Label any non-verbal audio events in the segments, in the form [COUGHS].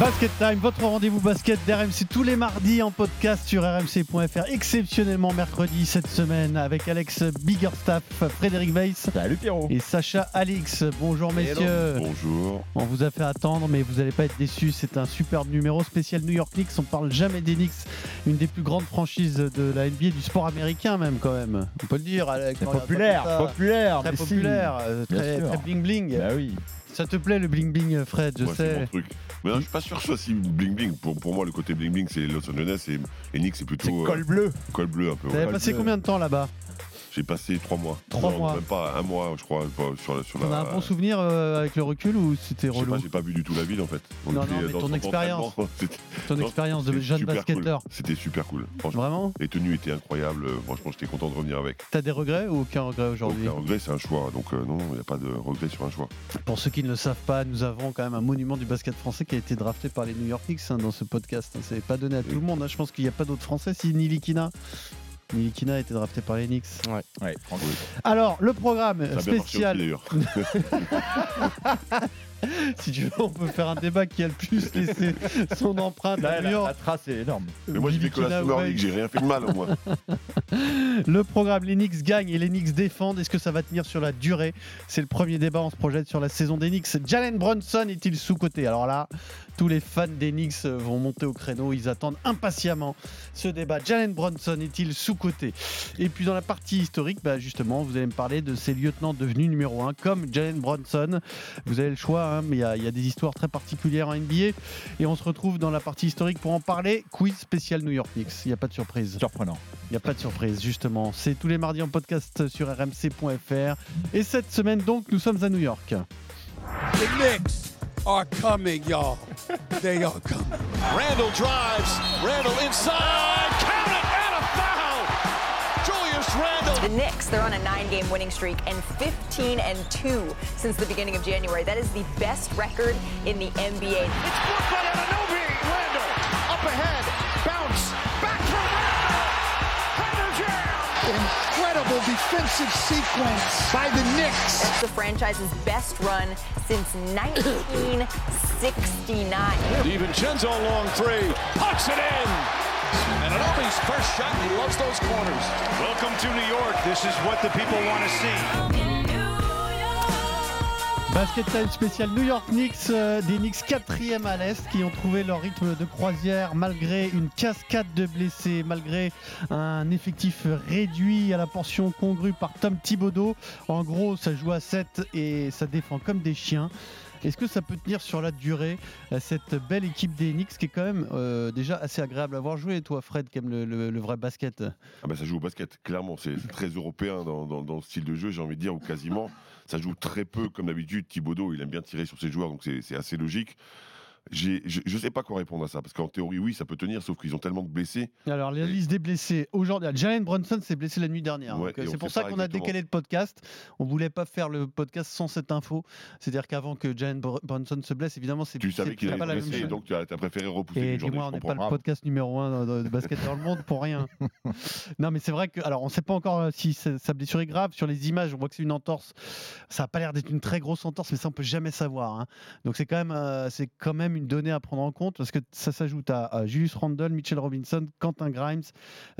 Basket Time, votre rendez-vous basket d'RMC tous les mardis en podcast sur rmc.fr. Exceptionnellement mercredi cette semaine avec Alex Biggerstaff, Frédéric Weiss Salut Pierrot et Sacha Alix. Bonjour messieurs. Bonjour. On vous a fait attendre, mais vous n'allez pas être déçus. C'est un superbe numéro spécial New York Knicks. On parle jamais des Knicks, une des plus grandes franchises de la NBA, du sport américain même quand même. On peut le dire. Alex, Très on l'a populaire, pas fait ça. populaire, Très mais si. populaire, euh, Bien très, sûr. très bling bling. Bah oui. Ça te plaît le bling bling, Fred Je Moi, c'est mon sais. truc. Mais non, je suis pas sûr que ce soit si bling bling. Pour, pour moi, le côté bling bling, c'est Los Angeles et, et Nick, c'est C'est plutôt euh, col bleu. col bleu un peu. ouais. T'avais passé bleu. combien de temps là-bas J'ai passé trois mois. Trois Non, mois. Même pas un mois, je crois, pas- sur, la- sur On la. a un bon souvenir euh, avec le recul ou c'était bah, je sais relou pas, j'ai pas vu du tout la ville en fait. Non, non, était mais dans ton son expérience. entraînement. [LAUGHS] C'était- Ton non, expérience de c'était jeune super basketteur cool. C'était super cool. Franchement, Vraiment les tenues étaient incroyables. Euh, Franchement, j'étais content de revenir avec. T'as des regrets ou aucun regret aujourd'hui Aucun regret, c'est un choix. Donc, euh, non, il n'y a pas de regret sur un choix. Pour ceux qui ne le savent pas, nous avons quand même un monument du basket français qui a été drafté par les New York Knicks hein, dans ce podcast. hein. C'est pas donné à tout le monde. hein. Je pense qu'il n'y a pas d'autres Français si Nilikina. Nilikina a été drafté par les Knicks. Ouais, franchement. Alors, le programme Ça a bien marché aussi, spécial. Euh, d'ailleurs. si tu veux, on peut faire un débat qui a le plus laissé son empreinte Là, à New la, la York. trace est énorme. Mais moi, j'ai fait que la Nilikina ou Summer Reigns. League, j'ai rien fait de mal au moins. Le programme, les Knicks gagnent et les Knicks défendent. Est-ce que ça va tenir sur la durée C'est le premier débat. On se projette sur la saison des Knicks. Jalen Brunson est-il sous-coté Alors là, tous les fans des Knicks euh, vont monter au créneau. Ils attendent impatiemment ce débat. Jalen Brunson est-il sous-coté Et puis dans la partie historique, bah, justement, vous allez me parler de ces lieutenants devenus numéro 1, comme Jalen Brunson. Vous avez le choix, hein, mais il y, a- il y a des histoires très particulières en NBA. Et on se retrouve dans la partie historique pour en parler. Quiz spécial New York Knicks. Il n'y a pas de surprise. Surprenant. Il n'y a pas de surprise, justement. C'est tous les mardis en podcast sur rmc.fr. Et cette semaine, donc, nous sommes à New York. The Knicks are coming, y'all. They are coming. Randall drives. Randall inside. Count it and a foul. Julius Randall. The Knicks, they're on a nine game winning streak and 15 and 2 since the beginning of January. That is the best record in the NBA. It's Brooklyn and Anobi. Randall up ahead. Bounce. Back for Randall. Hammer jam. Incredible defensive sequence by the Knicks. That's the franchise's best run since 1969. DiVincenzo long three. Puts it in. And Anobi's first shot. He loves those corners. Welcome to New York. This is what the people want to see. Basket Time spécial New York Knicks, euh, des Knicks 4 à l'Est qui ont trouvé leur rythme de croisière malgré une cascade de blessés, malgré un effectif réduit à la portion congrue par Tom Thibodeau. En gros, ça joue à 7 et ça défend comme des chiens. Est-ce que ça peut tenir sur la durée euh, cette belle équipe des Knicks qui est quand même euh, déjà assez agréable à voir jouer, toi Fred qui aime le, le- le vrai basket Ah bah ça joue au basket, clairement. [LAUGHS] C'est c'est très européen dans, dans- dans le style de jeu, j'ai envie de dire, ou quasiment. Ça joue très peu, comme d'habitude. Thibaudot, il aime bien tirer sur ses joueurs, donc c'est c'est assez logique. J'ai- Je ne sais pas quoi répondre à ça, parce qu'en théorie, oui, ça peut tenir, sauf qu'ils ont tellement de blessés. Alors, la Et- liste des blessés. Aujourd'hui, Jalen Brunson s'est blessé la nuit dernière. Ouais, Donc, euh, et on c'est pour sait ça pas qu'on a exactement. décalé le podcast. On voulait pas faire le podcast sans cette info. C'est-à-dire qu'avant que Jalen Br- Brunson se blesse, évidemment, c'est Tu c'est- savais qu'il c'est allait pas la être même blessé, chose. donc tu as, t'as préféré repousser Et une journée, dis-moi, on je n'est pas comprends. le podcast numéro 1 de, de basket dans le monde pour rien. non, mais c'est vrai que. Alors, on ne sait pas encore euh, si sa sa blessure est grave. Sur les images, on voit que c'est une entorse. Ça n'a pas l'air d'être une très grosse entorse, mais ça, on peut jamais savoir. hein. Donc, c'est quand, même, euh, c'est quand même une donnée à prendre en compte parce que ça s'ajoute à, à Julius Randle, Mitchell Robinson, Quentin Grimes,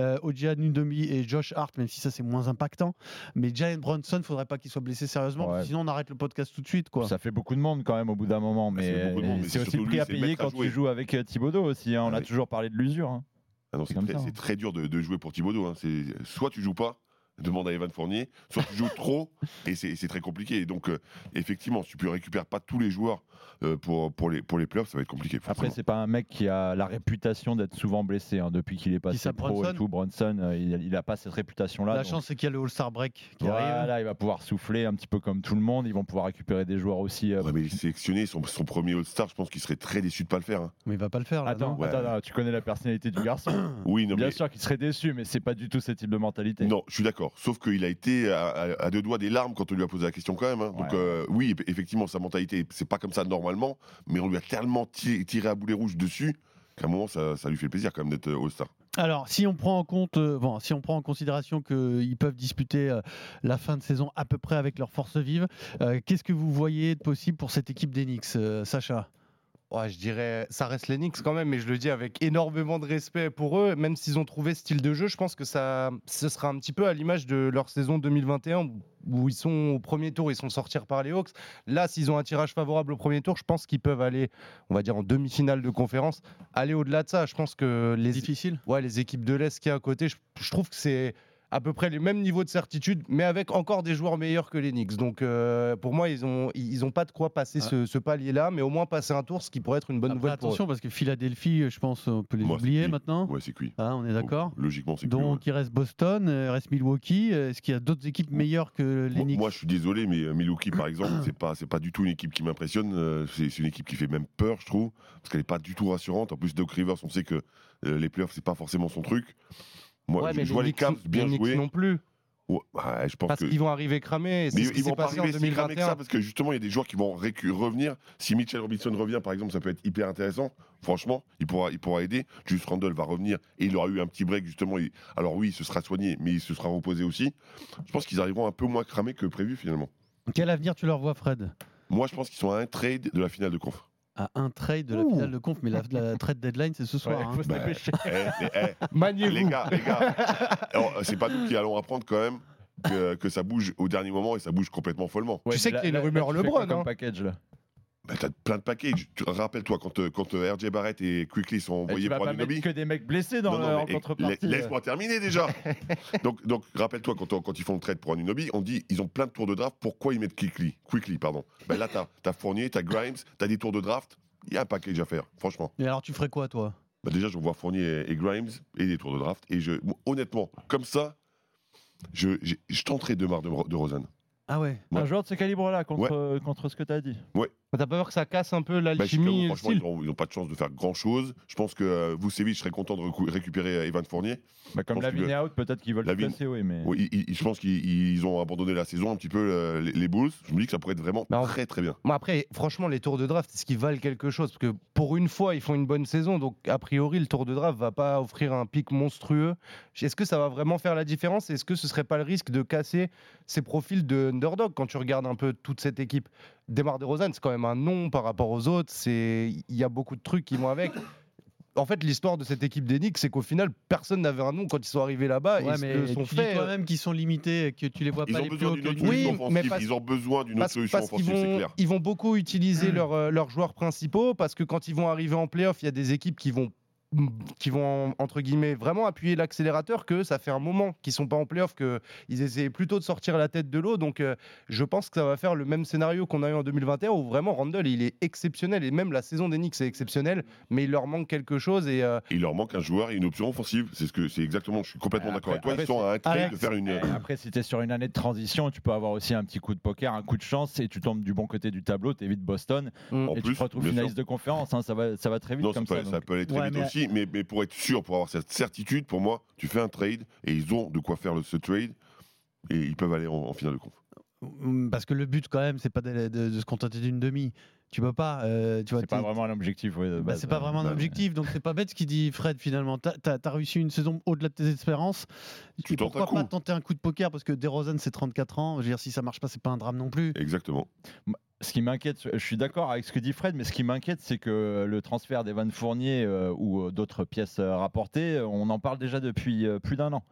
euh, Ojian Nundomi et Josh Hart, même si ça, c'est moins impactant. Mais Jalen Bronson, faudrait pas qu'il soit blessé sérieusement, Ouais. parce que sinon, on arrête le podcast tout de suite. Quoi. Ça fait beaucoup de monde quand même au bout d'un moment, Ah, c'est mais, beaucoup de monde, mais c'est c'est aussi surtout le lui, prix à c'est payer mettre à quand tu jouer. joues avec euh, Thibodeau aussi. hein. On Ah a oui. toujours parlé de l'usure. hein. Ah non, C'est c'est comme très, ça, hein. c'est très dur de, de jouer pour Thibaudot. hein. C'est- Soit tu joues pas, Demande à Evan Fournier. Sauf qu'il joue [LAUGHS] trop et c'est c'est très compliqué. Et donc, euh, effectivement, si tu ne récupères pas tous les joueurs euh, pour, pour, les, pour les playoffs, ça va être compliqué. Après, forcément. c'est pas un mec qui a la réputation d'être souvent blessé. hein. Depuis qu'il est passé ça, pro Brunson et tout, Brunson, euh, il, il a pas cette réputation-là. La donc- chance, c'est qu'il y a le All-Star Break qui arrive. Voilà, il va pouvoir souffler un petit peu comme tout le monde. Ils vont pouvoir récupérer des joueurs aussi. euh, Ouais, mais il est sélectionné, son, son premier All-Star, je pense qu'il serait très déçu de ne pas le faire. hein. Mais il va pas le faire, là, Attends, non Ouais. attends, attends, tu connais la personnalité du garçon. Oui, non, Bien mais- sûr qu'il serait déçu, mais c'est pas du tout ce type de mentalité. Non, je suis d'accord. Sauf qu'il a été à, à- à deux doigts des larmes quand on lui a posé la question quand même. hein. Donc Ouais. euh, oui, eff- effectivement, sa mentalité, c'est pas comme ça normalement, mais on lui a tellement ti- tiré à boulet rouge dessus qu'à un moment, ça, ça lui fait plaisir quand même d'être euh, All-Star. Alors, si on prend en compte, euh, bon, si on prend en considération qu'ils peuvent disputer euh, la fin de saison à peu près avec leurs forces vives, euh, qu'est-ce que vous voyez de possible pour cette équipe d'Enix, Sacha Ouais, je dirais, ça reste les Knicks quand même, mais je le dis avec énormément de respect pour eux. Même s'ils ont trouvé ce style de jeu, je pense que ça, ce sera un petit peu à l'image de leur saison 2021 où ils sont au premier tour, ils sont sortis par les Hawks. Là, s'ils ont un tirage favorable au premier tour, je pense qu'ils peuvent aller, on va dire en demi-finale de conférence, aller au-delà de ça. Je pense que les, Difficile ouais, les équipes de l'Est qui est à côté, je, je trouve que c'est à peu près les mêmes niveaux de certitude, mais avec encore des joueurs meilleurs que les Knicks. Donc euh, pour moi, ils ont ils ils ont pas de quoi passer Ouais. ce, ce palier-là, mais au moins passer un tour, ce qui pourrait être une bonne Après, nouvelle pour eux. Attention, parce que Philadelphie, euh, je pense, on peut les Moi, c'est oublier qui maintenant. Ouais, c'est cuit. Hein, on est d'accord Logiquement, c'est cuit. ouais. Donc, il reste Boston, euh, il reste Milwaukee. euh, Est-ce qu'il y a d'autres équipes meilleures que les Moi, Knicks moi, je suis désolé, mais euh, Milwaukee, par exemple, c'est pas, c'est pas du tout une équipe qui m'impressionne. euh, C'est c'est une équipe qui fait même peur, je trouve, parce qu'elle est pas du tout rassurante. En plus, Doc Rivers, on sait que euh, les playoffs, c'est pas forcément son truc. Moi, Ouais, je, mais je vois les Knicks Cavs non- bien les Knicks joués. non plus, Ouais, ouais, je pense parce que qu'ils vont arriver cramés. et Mais C'est ce qui ils s'est vont pas passé en arriver si cramés que 2021. ça parce que justement il y a des joueurs qui vont récu- revenir. Si Mitchell Robinson revient par exemple, ça peut être hyper intéressant. Franchement, il pourra, il pourra aider. Julius Randle va revenir et il aura eu un petit break justement. Il- Alors oui, il se sera soigné, mais il se sera reposé aussi. Je pense qu'ils arriveront un peu moins cramés que prévu finalement. Quel avenir tu leur vois, Fred Moi, je pense qu'ils sont à un trade de la finale de conf. À un trade de la Ouh. finale de conf, mais la, la trade deadline, c'est ce soir. Ouais, hein. faut se Bah, dépêcher. eh, mais, eh, les [LAUGHS] Maniez-vous. gars, les gars, Alors, c'est pas nous qui allons apprendre quand même que, que ça bouge au dernier moment et ça bouge complètement follement. Ouais, sais mais qu'il y a là- une là- là, rumeur tu fais LeBron, quoi comme hein. package là Bah, T'as plein de packages. Tu- Rappelle-toi quand, euh, quand euh, RJ Barrett et Quickly sont Et envoyés Eh, Tu vas pour pas mettre Anunoby. que des mecs blessés dans Non, non, le- mais en éc- contrepartie. euh. la- Laisse-moi [LAUGHS] terminer déjà. donc, donc rappelle-toi, quand, on- quand ils font le trade pour Anunobi, on dit ils ont plein de tours de draft, pourquoi ils mettent Quickly Quickly, pardon. Ben là, t'as as Fournier, t'as Grimes, t'as des tours de draft. Il y a un package à faire, franchement. Mais alors, tu ferais quoi, toi Ben déjà, je vois Fournier et, et Grimes et des tours de draft. Et je, bon, honnêtement, comme ça, je, je, je tenterai de marre de, Ro- de Rosen. Ah ouais Un joueur de ce calibre-là contre, euh, contre ce que tu as dit. T'as pas peur que ça casse un peu Ben, Chicago, l'alchimie et le franchement, style ils n'ont pas de chance de faire grand-chose. Je pense que euh, Vucevic serait content de recou- récupérer euh, Evan Fournier. Bah, comme Je la pense qu'il out, peut-être qu'ils veulent Lavine- le passer, oui, mais. Oui, ils- ils- je pense qu'ils ils ont abandonné la saison un petit peu, euh, les, les Bulls. Je me dis que ça pourrait être vraiment Bah, en- très très bien. Bon, après, franchement, les tours de draft, est-ce qu'ils valent quelque chose Parce que pour une fois, ils font une bonne saison. Donc, a priori, le tour de draft va pas offrir un pic monstrueux. Est-ce que ça va vraiment faire la différence Est-ce que ce serait pas le risque de casser ces profils de underdog quand tu regardes un peu toute cette équipe Demar DeRozan, c'est quand même un nom par rapport aux autres. C'est- Il y a beaucoup de trucs qui vont avec. En fait, l'histoire de cette équipe d'Enix, c'est qu'au final, personne n'avait un nom quand ils sont arrivés là-bas. Ouais, ils mais le sont tu dis faits. toi-même qu'ils sont limités, et que tu les vois Ils pas ont les plus besoin haut d'une que autre nous. Oui, solution mais offensive. parce- Ils ont besoin d'une autre Parce, solution parce qu'ils offensive, c'est vont, clair. ils vont beaucoup utiliser leurs euh, leurs joueurs principaux parce que quand ils vont arriver en playoff, il y a des équipes qui vont qui vont entre guillemets vraiment appuyer l'accélérateur que ça fait un moment qu'ils sont pas en playoff que ils essayaient plutôt de sortir la tête de l'eau donc euh, je pense que ça va faire le même scénario qu'on a eu en 2021 où vraiment Randall il est exceptionnel et même la saison des Knicks est exceptionnelle mais il leur manque quelque chose et bah euh, Il leur manque un joueur et une option offensive. C'est ce que c'est exactement. Je suis complètement Après- d'accord avec toi. Ils après, sont à un trade de faire une. euh, Et Eh, Après, si t'es sur une année de transition, tu peux avoir aussi un petit coup de poker, un coup de chance, et tu tombes du bon côté du tableau, t'évites Boston, Mm. euh, En et plus, tu te retrouves bien sûr. finaliste de conférence. hein, ça, va, ça va très vite Non, ça comme peut, ça. ça donc. peut aller très Ouais, vite mais- aussi, mais, mais pour être sûr, pour avoir cette certitude, pour moi, tu fais un trade et ils ont de quoi faire le, ce trade et ils peuvent aller en, en finale de conf. Mm, Parce que le but, quand même, c'est pas d'aller- de, de se contenter d'une demi. Tu peux pas. euh, tu vois, C'est pas t'es- vraiment l'objectif. ouais, de bah, base, c'est pas hein. vraiment un bah, objectif, donc c'est pas bête ce qu'il dit Fred finalement. T'as as, réussi une saison au-delà de tes espérances. Tu Et tentes un pourquoi coup. pas tenter un coup de poker parce que DeRozan c'est 34 ans. Je veux dire, si ça marche pas, c'est pas un drame non plus. Exactement. Ce qui m'inquiète, je suis d'accord avec ce que dit Fred, mais ce qui m'inquiète, c'est que le transfert d'Evan Fournier euh, ou euh, d'autres pièces euh, rapportées, euh, on en parle déjà depuis euh, plus d'un an.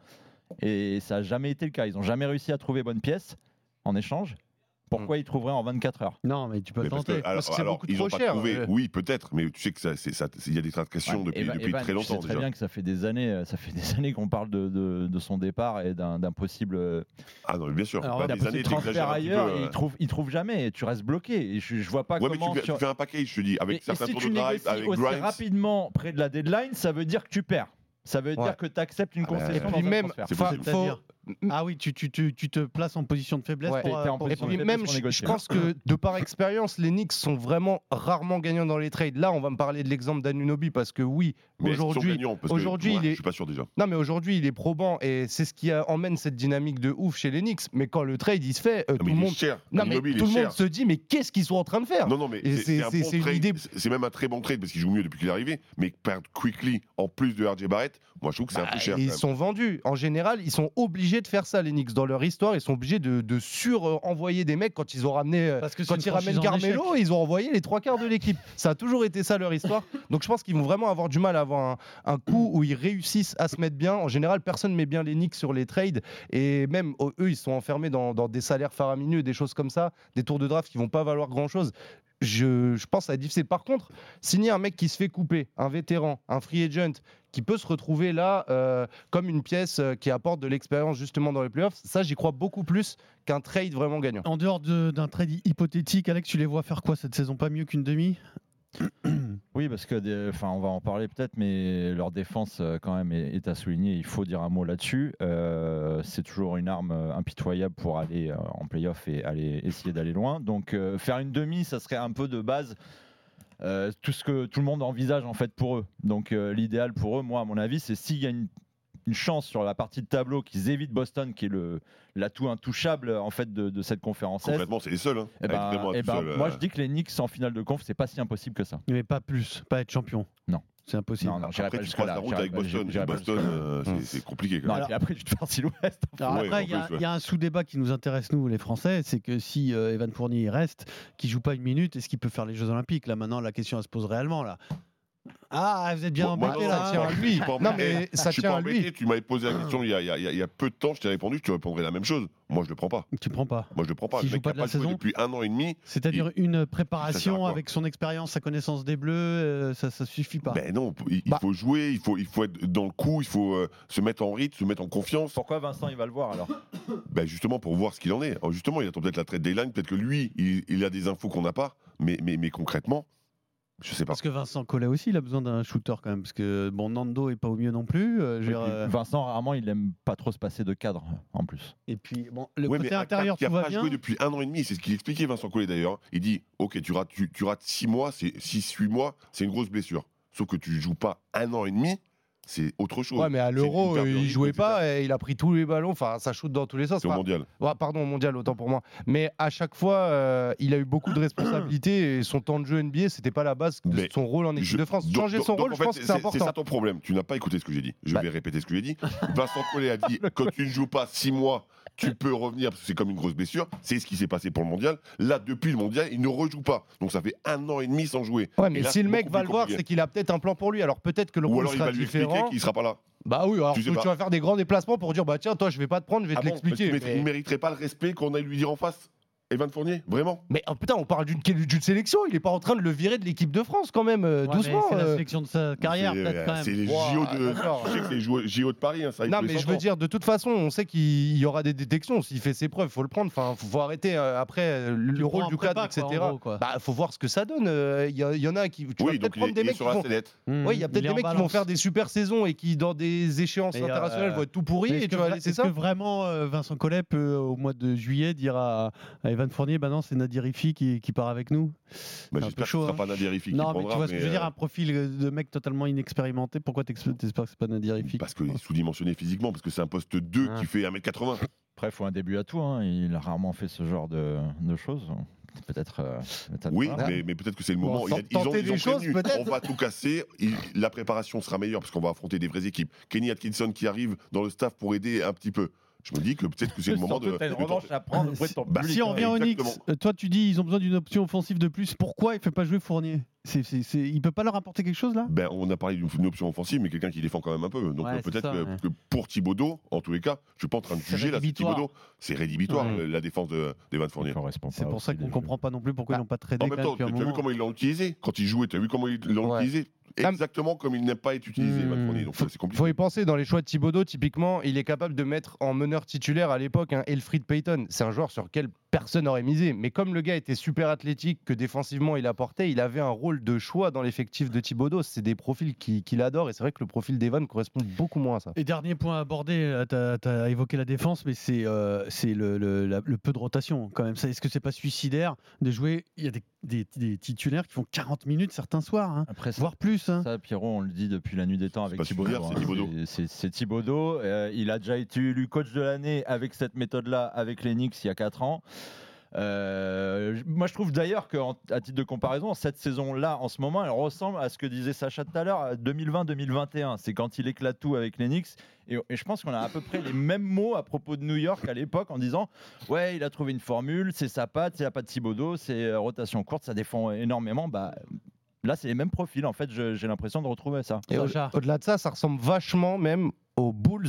Et ça n'a jamais été le cas. Ils n'ont jamais réussi à trouver bonne pièce en échange. Hmm. Pourquoi ils trouveraient en 24 heures Non, mais tu peux Euh, Mais parce que- alors- alors, ils ont pas trouvé- Oui, peut-être, mais tu sais que ça, c'est ça, il y a des tractations Ouais, depuis, Evan- depuis Evan, très Tu sais longtemps très déjà. bien que ça fait des années, euh, ça fait [LAUGHS] des années qu'on parle de, de- de son départ et d'un d'un possible. euh, Ah non, mais bien sûr. Alors, bah, d'un des possible années, transfert t'exagères un petit peu, ailleurs, euh. il trouve, il trouve jamais. et tu restes bloqué. Et je, je vois pas Ouais, mais comment. tu, fais- sur- tu fais un package, je te dis, Mais- avec et certains si tours tu de drive, négocies avec aussi Grimes. rapidement près de la deadline, ça veut dire que tu perds. Ça veut Ouais. dire que tu acceptes une Ah bah, concession. et puis dans un même, transfert. C'est possible. faut- Ah oui, tu, tu, tu, tu te places en position de faiblesse Ouais. pour, T'es- euh, t'es en pour- Et position puis de même, faiblesse je, pour je négocier. pense que de par expérience, les Knicks sont vraiment rarement gagnants dans les trades. Là, on va me parler de l'exemple d'Anunobi parce que oui, Mais est-ce qu'ils sont aujourd'hui, gagnants Parce que, aujourd'hui, ouais, il Je est, suis pas sûr déjà. non mais aujourd'hui, il est probant et c'est ce qui euh, emmène cette dynamique de ouf chez les Knicks. Mais quand le trade il se fait, euh, Non, tout mais le il est monde, cher. non, mais Ginobili, il est tout le monde cher. se dit mais qu'est-ce qu'ils sont en train de faire Non, non, mais Et c'est- c'est- c'est un c'est- bon c'est une trade. idée- C'est même un très bon trade parce qu'il joue mieux depuis qu'il est arrivé. Mais perdre quickly en plus de RJ Barrett, moi je trouve que c'est un Bah, peu cher. Ils quand même. sont vendus. En général, ils sont obligés de faire ça, les Knicks. Dans leur histoire, ils sont obligés de, de sur-envoyer des mecs quand ils ont ramené. euh, Parce que c'est une quand ils ramènent franchise en Carmelo, ils ont envoyé les trois quarts de l'équipe. Ça a toujours été ça leur histoire. Donc je pense qu'ils vont vraiment avoir du mal à avoir un, un coup où ils réussissent à se mettre bien. En général, personne met bien les Knicks sur les trades. Et même oh, eux, ils sont enfermés dans, dans des salaires faramineux, des choses comme ça, des tours de draft qui vont pas valoir grand-chose. Je, je pense que ça va être difficile. Par contre, signer un mec qui se fait couper, un vétéran, un free agent, qui peut se retrouver là euh, comme une pièce euh, qui apporte de l'expérience justement dans les playoffs, ça j'y crois beaucoup plus qu'un trade vraiment gagnant. En dehors de- d'un trade hypothétique, Alex, tu les vois faire quoi cette saison Pas mieux qu'une demi Oui, parce que, des- enfin, on va en parler peut-être, mais leur défense, euh, quand même, est, est à souligner. Il faut dire un mot là-dessus. Euh, c'est toujours une arme euh, impitoyable pour aller euh, en playoff et aller essayer d'aller loin. Donc, euh, faire une demi, ça serait un peu de base. euh, tout ce que tout le monde envisage en fait pour eux. Donc euh, l'idéal pour eux, moi à mon avis, c'est s'il y a une, une chance sur la partie de tableau qu'ils évitent Boston, qui est le l'atout intouchable en fait de, de cette conférence. Est. Complètement, c'est les seuls. hein. Eh Avec ben- vraiment un eh tout ben, seul, euh, moi je dis que les Knicks en finale de conf, c'est pas si impossible que ça. Mais pas plus, pas être champion. Non. C'est impossible. Non, non, j'irai Après, pas tu jusque croises là. la route avec Boston. Et Boston, euh, c'est- c'est compliqué quand Non, même. et puis après, tu te pars si l'Ouest. Alors Ah, Ouais, après, en il y, a- plus, ouais. il y a un sous-débat qui nous intéresse, nous, les Français, c'est que si euh, Evan Fournier il reste, qu'il joue pas une minute, est-ce qu'il peut faire les Jeux Olympiques Là, maintenant, la question, elle se pose réellement, là. Ah, vous êtes bien Moi- moi, embêté, non, là. ça hein. tient à lui. Je suis pas Non embêté. mais ça Je suis tient pas à lui. embêté. Tu m'avais posé la question il y, a, il y a- il y a peu de temps, je t'ai répondu, tu répondrais la même chose. Moi, je le prends pas. Tu prends pas. Moi, je le prends pas. le S'il joue mec pas n'a de la pas joué saison depuis un an et demi. C'est-à-dire une à préparation quoi avec son expérience, sa connaissance des Bleus, euh, ça, ça suffit pas. Ben non, il, il Bah. faut jouer, il faut, il faut être dans le coup, il faut euh, se mettre en rythme, se mettre en [LAUGHS] confiance, Pourquoi Vincent, il va le voir alors ben justement pour voir ce qu'il en est. Alors justement, il attend peut-être la trade deadline, peut-être que lui, il, il a des infos qu'on n'a pas, mais, mais, mais concrètement, je sais pas. Parce que Vincent Collet aussi, il a besoin d'un shooter quand même. Parce que bon, Nando est pas au mieux non plus. euh, je veux dire, euh, Vincent, rarement, il aime pas trop se passer de cadre en plus. et puis, bon, le Ouais, côté mais ah, un cadre intérieur, qui tout a va pas bien. joué depuis un an et demi, c'est ce qu'il expliquait Vincent Collet d'ailleurs. Il dit Ok, tu rates, tu, tu rates six mois, c'est six, huit mois, c'est une grosse blessure. Sauf que tu joues pas un an et demi, c'est autre chose. Ouais mais à C'est une l'Euro perte euh, de il rythme, jouait etc. pas et il a pris tous les ballons. Enfin ça shoot dans tous les sens. C'est au Enfin, mondial. Ouais, pardon, au mondial, autant pour moi. Mais à chaque fois, euh, il a [CLEARS THROAT] eu beaucoup de responsabilités et son temps de jeu NBA, c'était pas la base de Mais son rôle en équipe Je- de France. donc- Changer donc- son donc, rôle, en je fait, pense que c'est C'est ça important. ton problème. Tu n'as pas écouté ce que j'ai dit. Je Bah. vais répéter ce que j'ai dit. Vincent Collet a [LAUGHS] dit quand tu ne joues pas six mois, tu peux revenir parce que c'est comme une grosse blessure. C'est ce qui s'est passé pour le mondial. Là, depuis le mondial, il ne rejoue pas. Donc ça fait un an et demi sans jouer. Ouais, Et mais là, si c'est le mec beaucoup va plus le voir, compliqué. c'est qu'il a peut-être un plan pour lui. Alors peut-être que le Ou rôle alors il sera va lui différent. expliquer qu'il sera pas là. Bah oui, alors Tu sais toi, pas. tu vas faire des grands déplacements pour dire bah tiens, toi je vais pas te prendre, je vais Ah te bon l'expliquer. Parce qu'il mérite- mais... Il mériterait pas le respect qu'on aille lui dire en face. Evan Fournier, vraiment mais, oh, putain, on parle d'une d'une sélection, il est pas en train de le virer de l'équipe de France quand même, euh, Ouais, mais doucement. C'est la euh. sélection de sa carrière, C'est, peut-être euh, quand même. C'est les Ouah, JO de. d'accord. Je sais que c'est les JO JO de Paris, hein, ça. il Non, faut les mais je veux s'entendre. dire, de toute façon, on sait qu'il y aura des détections. S'il fait ses preuves, faut le prendre. Enfin, faut, faut arrêter euh, après euh, le Tu rôle prends du en prépa, cadre, quoi, etc. en gros, quoi. Bah, faut voir ce que ça donne. Euh, Il y, a- il y en a qui. Tu vas Oui, peut-être donc il est- prendre des il est mecs qui sur la vont. sellette. Oui, il y a peut-être des mecs qui vont faire des super saisons et qui, dans des échéances Et, euh, internationales, vont être tout pourris. Est-ce Et que, tu vas vra- laisser est-ce ça. que vraiment euh, Vincent Collet peut, euh, au mois de juillet, dire à, à Evan Fournier bah non, c'est Nadir Ifi qui, qui part avec nous Bah, un peu J'espère que ce chaud, sera hein. pas Nadir Effi qui Non, mais prendra, tu vois ce que je veux euh, dire, un profil euh, de mec totalement inexpérimenté, pourquoi t'exp- t'espères que c'est pas Nadir Ifi Parce qu'il est sous-dimensionné physiquement, parce que c'est un poste 2 hein. Ah. qui fait 1m80. Après, il faut un début à tout. hein. Il a rarement fait ce genre de, de choses. Peut-être. euh, peut-être Oui, pas. mais, mais peut-être que c'est le Bon, moment. sans ils, ont, tenter ils ont des choses, prévenu, peut-être. on va tout casser. il- la préparation sera meilleure parce qu'on va affronter des vraies équipes. Kenny Atkinson qui arrive dans le staff pour aider un petit peu. je me dis que peut-être [LAUGHS] que c'est le moment de. T'as une de revanche tenter- à [LAUGHS] prendre auprès de ton Bah, public, Si on hein. revient au Knicks, Exactement. euh, toi tu dis ils ont besoin d'une option offensive de plus. Pourquoi il fait pas jouer Fournier C'est- c'est- c'est- Il peut pas leur apporter quelque chose là Ben, on a parlé d'une d'une option offensive, mais quelqu'un qui défend quand même un peu. Donc Ouais, euh, c'est peut-être ça, que, ouais. que pour Thibaudot, en tous les cas, je suis pas en train de C'est juger là, c'est rédhibitoire. Thibaudot. C'est rédhibitoire Ouais. euh, la défense de, d'Evan Fournier. C'est pour ça qu'on comprend pas non plus pourquoi ils Bah, n'ont pas tradé En même quand temps, même tu as depuis un vu moment. comment ils l'ont utilisé quand il jouait, tu as vu comment ils l'ont Ouais. utilisé exactement comme il n'aime pas être utilisé, Evan Fournier. Donc ça, c'est Il compliqué. faut y penser, dans les choix de Thibodeau, typiquement, il est capable de mettre en meneur titulaire à l'époque un Elfried Payton. C'est un joueur sur lequel personne n'aurait misé. Mais comme le gars était super athlétique, que défensivement il apportait, il avait un rôle de choix dans l'effectif de Thibodeau. C'est des profils qui- qu'il adore et c'est vrai que le profil d'Evan correspond beaucoup moins à ça. Et dernier point à aborder, tu as, évoqué la défense, mais c'est euh, c'est le, le- la- le peu de rotation quand même. Ça, Est-ce que c'est pas suicidaire de jouer Il y a des, des- des titulaires qui font 40 minutes certains soirs, hein, Après, ça- voire plus. hein. Ça, Pierrot, on le dit depuis la nuit des temps avec pas Thibaudot. hein. Suter, c'est Thibodeau. C'est- C'est c'est Thibodeau. Euh, il a déjà été élu coach de l'année avec cette méthode-là, avec les Knicks, il y a 4 ans. Euh, j- moi, je trouve d'ailleurs qu'à titre de comparaison, cette saison-là, en ce moment, elle ressemble à ce que disait Sacha tout à l'heure, euh, à 2020-2021. C'est quand il éclate tout avec les Knicks. Et, et je pense qu'on a à peu près les mêmes mots à propos de New York à l'époque en disant Ouais, il a trouvé une formule, c'est sa patte, c'est la patte Thibodeau, c'est euh, rotation courte, ça défend énormément. Bah, Là, c'est les mêmes profils. En fait, je- j'ai l'impression de retrouver ça. Et au- Sacha. au-delà de ça, ça ressemble vachement même aux Bulls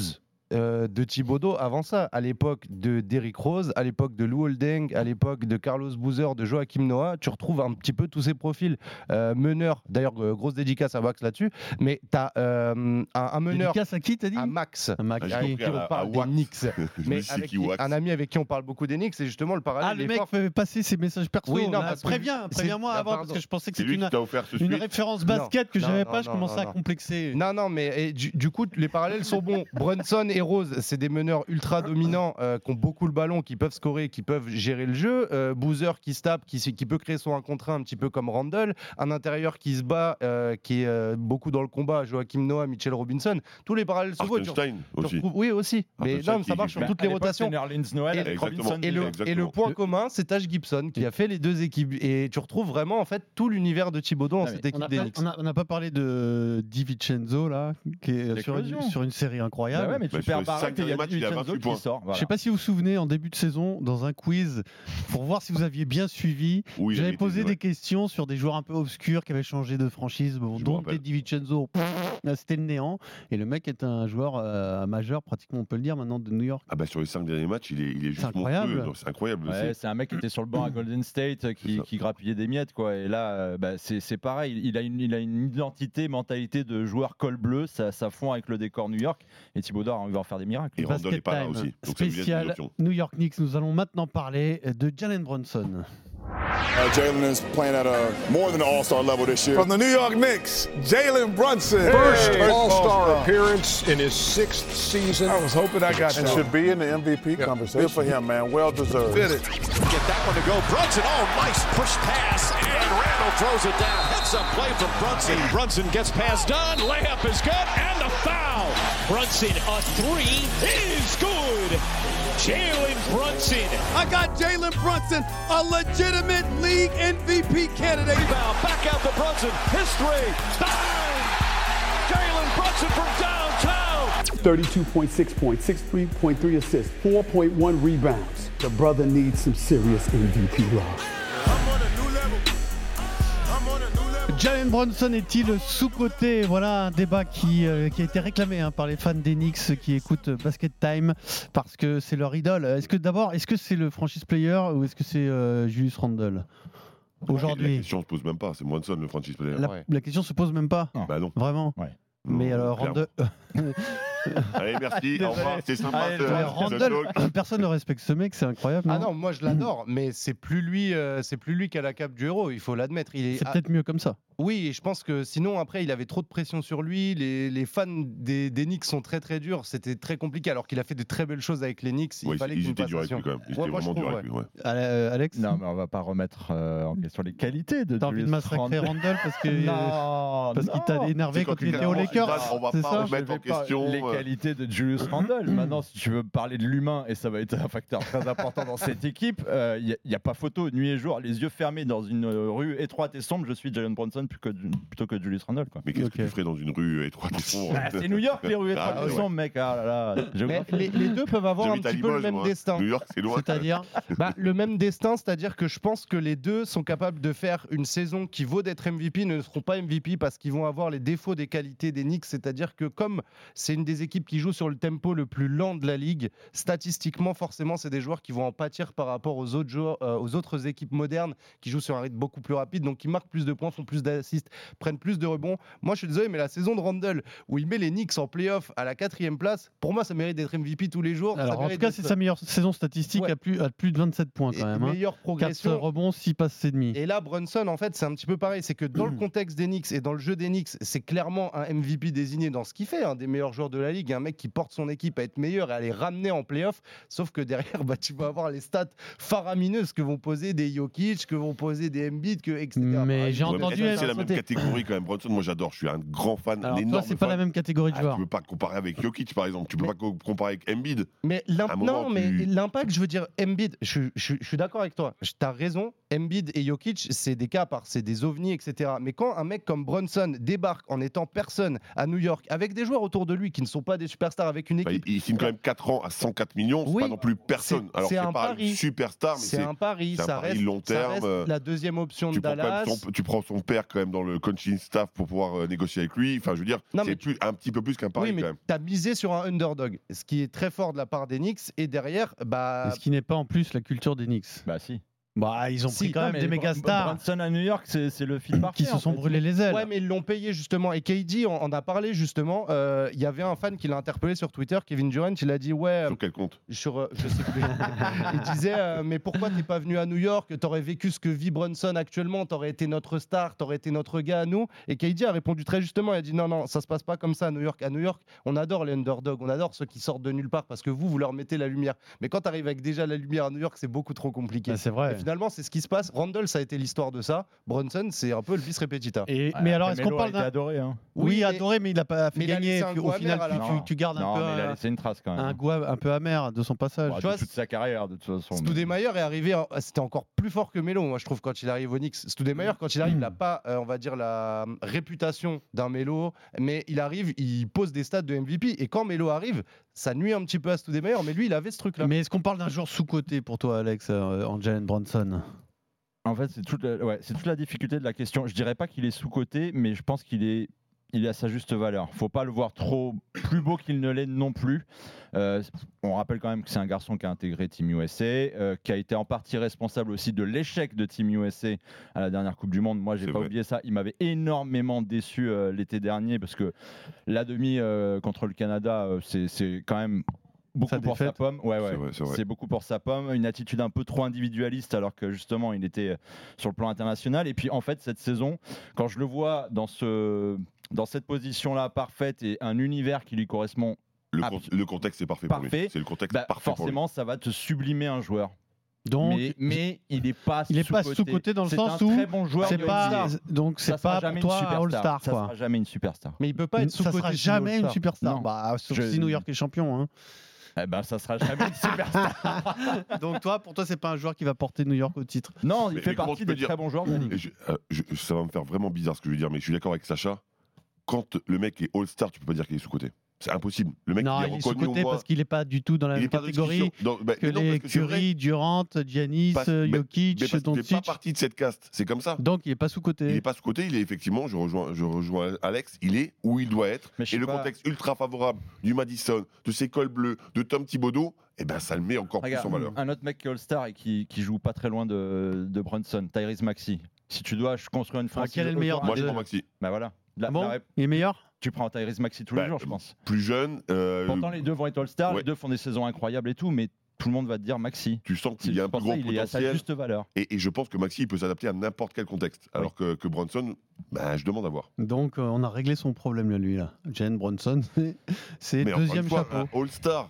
euh, de Thibodeau avant ça, à l'époque de Derrick Rose, à l'époque de Lou Holding, à l'époque de Carlos Boozer, de Joachim Noah, tu retrouves un petit peu tous ces profils euh, meneurs. D'ailleurs, euh, grosse dédicace à Max là-dessus, mais tu as un, un meneur Dédicace à qui t'as dit à Max. À Mac. Ah, j'ai avec compris, qui on à- à parle des Wax. Knicks, [LAUGHS] Je me mais dis, c'est avec qui qui- Wax un ami avec qui on parle beaucoup des Knicks, c'est justement le parallèle. Ah, le des mec forces. fait passer ses messages perso. Oui, là. non, parce que préviens, c'est- préviens-moi Ah, avant, parce pardon. que je pensais que C'est c'était lui une, qui t'a offert ce une suite. référence Non, basket que non, j'avais non, pas, je non, commençais non, à non. complexer. Non, non, mais et du, du coup, les parallèles sont bons. Brunson et Rose, c'est des meneurs ultra dominants euh, qui ont beaucoup le ballon, qui peuvent scorer, qui peuvent gérer le jeu. Euh, Boozer qui se tape, qui, se- qui peut créer son 1 contre 1 un petit peu comme Randall. Un intérieur qui se bat, euh, qui est euh, beaucoup dans le combat. Joachim Noah, Mitchell Robinson. Tous les parallèles sont bons. Tu- Hartenstein tu aussi. retrouves- oui, aussi. Mais Hartenstein non, mais ça qui- marche sur bah, toutes les rotations. Noël, Et- avec Exactement. Robinson Et le, Junior. Exactement. et le point commun, c'est Taj Gibson qui a fait les deux équipes. Et tu retrouves vraiment en fait tout l'univers de Thibodeau dans Ah, mais cette On n'a équipe des pas, Knicks. on a- on a pas parlé de Di Vincenzo là, qui est sur une, L'éclosion. sur une série incroyable. Bah ouais, mais tu Bah, sur perds les par cinq il y derniers a matchs, il a Vincenzo 28 qui points. sort. Je Voilà. sais pas si vous vous souvenez en début de saison dans un quiz pour voir si vous aviez bien suivi. Oui, il J'avais était- posé ouais. des questions sur des joueurs un peu obscurs qui avaient changé de franchise, bon, Je me dont rappelle. Ted DiVincenzo. Pff, là, C'était le néant. Et le mec est un joueur euh, majeur, pratiquement, on peut le dire maintenant, de New York. Ah bah sur les cinq derniers matchs, il est, il est juste incroyable. monstrueux. Non, C'est incroyable. Ouais, C'est- c'est un mec qui était sur le banc à Golden State euh, C'est qui, ça. qui grappillait des miettes quoi. Et là, euh, bah, c'est c'est pareil. Il a une, il a une identité, mentalité de joueur col bleu. Ça, ça fond avec le décor New York. Et Thibaudot il va en faire des miracles. Et Randall Basket n'est pas là Time, aussi. Donc ça lui laisse des spécial options. New York Knicks. Nous allons maintenant parler de Jalen Brunson. Uh, Jalen is playing at a more than an All Star level this year. From the New York Knicks, Jalen Brunson. First Hey, All-Star appearance in his sixth season. I was hoping I got and that. should be in the MVP conversation. Good for him, man. Well deserved. Fit it. Get that one to go. Brunson, oh, nice push pass. And Randall throws it down. Heads up play from Brunson. Brunson gets past done. Layup is good. And the foul. Brunson, a three is good. Jalen Brunson. I got Jalen Brunson, a legitimate league MVP candidate. Rebound, back out to Brunson. His three. Bang! Jalen Brunson from downtown. 32.6 points, 63.3 assists, 4.1 rebounds. The brother needs some serious MVP love. Jalen Brunson est-il sous-côté Voilà un débat qui, euh, qui a été réclamé hein, par les fans d'Enix qui écoutent euh, Basket Time parce que c'est leur idole. Est-ce que d'abord, est-ce que c'est le franchise player ou est-ce que c'est euh, Julius Randle La Aujourd'hui, question ne se pose même pas. C'est Monson, le franchise player. La, Ouais. la question se pose même pas, Bah non. vraiment. Ouais. Mais Non, alors, Mmh, euh, clairement. Randall, [LAUGHS] Allez, merci. Désolé. au revoir. C'était sympa. Allez, ce- Randall- ce talk. Randall, euh, personne ne respecte ce mec, c'est incroyable. Ah non non, moi je l'adore, mais c'est plus lui, euh, c'est plus lui qui a la cape du héros. Il faut l'admettre. Il est, c'est ah, peut-être mieux comme ça. oui, et je pense que sinon après il avait trop de pression sur lui. Les, les fans des, des Knicks sont très très durs. C'était très compliqué alors qu'il a fait de très belles choses avec les Knicks. Il Ouais, fallait ils qu'il étaient passe durs avec lui quand même. Ils Ouais, étaient moi, je vraiment durs trouve, avec lui. ouais. Ale- euh, Alex, Non, mais on va pas remettre euh, en question les qualités de t'as envie de Julius massacrer Randle. Randall parce que [LAUGHS] Non, parce qu'il non. t'a énervé C'est quand quand il il était aux avance, il Lakers. passe, on va c'est pas ça en mettre Je vais pas question, les euh. qualités de Julius [CLEARS THROAT] Randle. Maintenant, si tu veux me parler de l'humain, et ça va être un facteur très important dans cette équipe, il n'y a, pas photo, nuit et jour, les yeux fermés dans une euh, rue étroite et sombre, je suis Jalen Bronson Johnson plus que du- plutôt que Julius Randle. Quoi. Mais qu'est-ce que tu ferais dans une rue euh, étroite et sombre Ah, c'est New York, les rues Ah, étroites et ouais. sombres, mec. Ah là là. Mais Géographie. les, les deux peuvent avoir un J'habite à petit peu le Limoges, même moi. destin. New York, c'est loin. C'est-à-dire Bah, Le même destin, c'est-à-dire que je pense que les deux sont capables de faire une saison qui vaut d'être MVP, ne seront pas MVP parce qu'ils vont avoir les défauts des qualités des Knicks. C'est-à-dire que comme c'est une des équipes qui joue sur le tempo le plus lent de la ligue, statistiquement, forcément, c'est des joueurs qui vont en pâtir par rapport aux autres, joueurs, euh, aux autres équipes modernes qui jouent sur un rythme beaucoup plus rapide, donc qui marquent plus de points, font plus d'assists, prennent plus de rebonds. Moi, je suis désolé, mais la saison de Randle où il met les Knicks en playoff à la quatrième place, pour moi, ça mérite d'être MVP tous les jours. Alors, Ça en tout mérite cas, d'être- c'est sa meilleure saison statistique à, plus, à plus de 27 points quand même. hein. meilleure progression. 4 rebonds, 6 passes et demi. Et là, Brunson, en fait, c'est un petit peu pareil. C'est que [CLEARS THROAT] dans le contexte des Knicks et dans le jeu des Knicks, c'est clairement un MVP désigné dans ce qu'il fait, un des meilleurs joueurs de la ligue, un mec qui porte son équipe à être meilleur et à les ramener en playoff. Sauf que derrière, bah, tu vas avoir les stats faramineuses que vont poser des Jokic, que vont poser des Embiid, que, etc. Bah, j'ai il- Ouais, mais entendu est-ce que elle C'est la même sauter. catégorie quand même. Brunson, moi j'adore, je suis un grand fan, Alors, un toi, énorme c'est pas la fan. même catégorie de Ah, joueurs. Tu peux pas comparer avec Jokic par exemple, tu peux pas co- comparer avec Embiid. Mais À un l'imp- moment, non, mais tu- l'impact, je veux dire, Embiid, je, je- je suis d'accord avec toi, je- t'as raison, Embiid et Jokic, c'est des cas à part, c'est des ovnis, etc. Mais quand un mec comme Bronson débarque en étant personne à New York, avec des joueurs autour de lui qui ne sont pas des superstars, avec une Bah, équipe... il signe quand même 4 ans à 104 millions, c'est Oui. pas non plus personne. C'est- Alors c'est c'est un pas pari. une superstar, mais C'est un pari, c'est un ça pari reste- long ça terme. reste euh, la deuxième option de tu prends, quand même Dallas. son, tu prends son père quand même dans le coaching staff pour pouvoir euh, négocier avec lui. Enfin, je veux dire, Non, c'est mais plus- un petit peu plus qu'un pari Oui, mais quand même. t'as misé sur un underdog, ce qui est très fort de la part des Knicks, et derrière, bah... Ce qui n'est pas en plus la culture des Knicks. Bah si. Bah ils ont pris quand même des méga stars Brunson à New York, c'est c'est le film qui se sont brûlés les ailes. Ouais, mais ils l'ont payé justement. Et KD, on en a parlé justement. Euh, Il y avait un fan qui l'a interpellé sur Twitter, Kevin Durant. Il a dit Ouais, Sur quel compte sur, euh, [LAUGHS] je sais plus. il disait euh, Mais pourquoi t'es pas venu à New York T'aurais vécu ce que vit Brunson actuellement. T'aurais été notre star, t'aurais été notre gars à nous. Et KD a répondu très justement. Il a dit Non, non, ça se passe pas comme ça à New York. À New York, on adore les underdogs, on adore ceux qui sortent de nulle part parce que vous, vous leur mettez la lumière. Mais quand t'arrives avec déjà la lumière à New York, c'est beaucoup trop compliqué. Ah, c'est vrai. Et finalement, c'est ce qui se passe. Randall, ça a été l'histoire de ça. Brunson, c'est un peu le vice repetita. Et- mais alors, est-ce qu'on parle d'un. adoré, hein. Oui, Oui, adoré, mais il n'a pas fait mais il a gagner. laissé un Puis goût Au amer final, à la tu- fin. tu, tu gardes un Non, peu mais il a un, laissé une trace quand même. un goût un peu amer de son passage. Bah, tu vois, de toute sa carrière, de toute façon. mais- Stoudemaier est arrivé, en- ah, c'était encore plus fort que Melo, moi je trouve, quand il arrive au Knicks. Stoudemaier, quand il arrive, il n'a pas, euh, on va dire, la euh, réputation d'un Melo, mais il arrive, il pose des stats de MVP. Et quand Melo arrive, ça nuit un petit peu à Stoudemaier, mais lui, il avait ce truc-là. Mais est-ce qu'on parle d'un joueur sous-côté pour toi, Alex, euh, en Jalen Bronson En fait, c'est toute, la- ouais, c'est toute la difficulté de la question. Je dirais pas qu'il est sous-coté, mais je pense qu'il est, il est à sa juste valeur. Faut pas le voir trop plus beau qu'il ne l'est non plus. Euh, on rappelle quand même que c'est un garçon qui a intégré Team USA, euh, qui a été en partie responsable aussi de l'échec de Team USA à la dernière Coupe du Monde. Moi, j'ai C'est pas vrai. oublié ça. Il m'avait énormément déçu euh, l'été dernier parce que la demi euh, contre le Canada, euh, c'est- c'est quand même beaucoup Sa pour sa défaite. pomme. Ouais, ouais. C'est vrai, c'est vrai. C'est beaucoup pour sa pomme. Une attitude un peu trop individualiste alors que justement il était euh, sur le plan international. Et puis en fait cette saison, quand je le vois dans ce dans cette position-là parfaite et un univers qui lui correspond, Le, Ah, con- puis- le contexte, c'est parfait, pour lui. Parfait. C'est le contexte bah, parfait pour lui. forcément ça va te sublimer un joueur. Donc, mais, mais il n'est pas il n'est est pas sous-côté dans le C'est sens un où très bon joueur c'est de pas NBA. donc Ça c'est sera pas jamais pour une toi un superstar. All-Star Ça quoi. sera jamais une superstar. Mais il peut pas être ça sous-côté. sera sinon, jamais une All-Star. superstar. Non. Bah, sauf Je- si New York est champion. hein. Eh ben ça sera jamais [LAUGHS] une superstar. Donc toi, pour toi, c'est pas un joueur qui va porter New York au titre. non, il Mais- fait mais comment partie tu peux des dire- très bons joueurs de la ligue. Et je- euh, je- ça va me faire vraiment bizarre ce que je veux dire, mais je suis d'accord avec Sacha. Quand le mec est all-star, tu peux pas dire qu'il est sous-côté. C'est impossible. Le mec non, il est il est reconnu au sous-côté moins. parce qu'il n'est pas du tout dans la il est même pas dans la catégorie discussion. Dans- bah, que mais non, les parce c'est vrai. Curry, Durant, Giannis, Parce- euh, mais- Mais Jokic, parce qu'il fait pas Doncic. partie de cette caste. C'est comme ça. Donc il est pas sous Il côté. n'est pas sous-côté, il est effectivement, je rejoins, je rejoins Alex, il est où il doit être. Mais je Et sais le pas. contexte ultra favorable du Madison, de ses cols bleus, de Tom Thibodeau, eh ben, ça le met encore Regarde, plus en valeur. un autre mec qui est All-Star et qui, qui joue pas très loin de, de Brunson, Tyrese Maxi. Si tu dois construire une franchise. Ah, quel est le meilleur autour- Moi, je déjà- prends Maxi. Bah voilà. La- Ah bon la rép- Il est meilleur tu prends Tyrese Maxi tous Bah, les jours, je pense. Plus jeune, euh, Pourtant, les deux vont être All-Star, ouais. les deux font des saisons incroyables et tout, mais tout le monde va te dire Maxi. tu sens C'est qu'il y a un juste plus pour ça, gros il est à sa potentiel. juste valeur. Et, et je pense que Maxi, il peut s'adapter à n'importe quel contexte. Alors que, que Bronson, ben, je demande à voir. Donc euh, on a réglé son problème là, lui là. Jalen Bronson, c'est encore une deuxième fois, chapeau. un All-Star,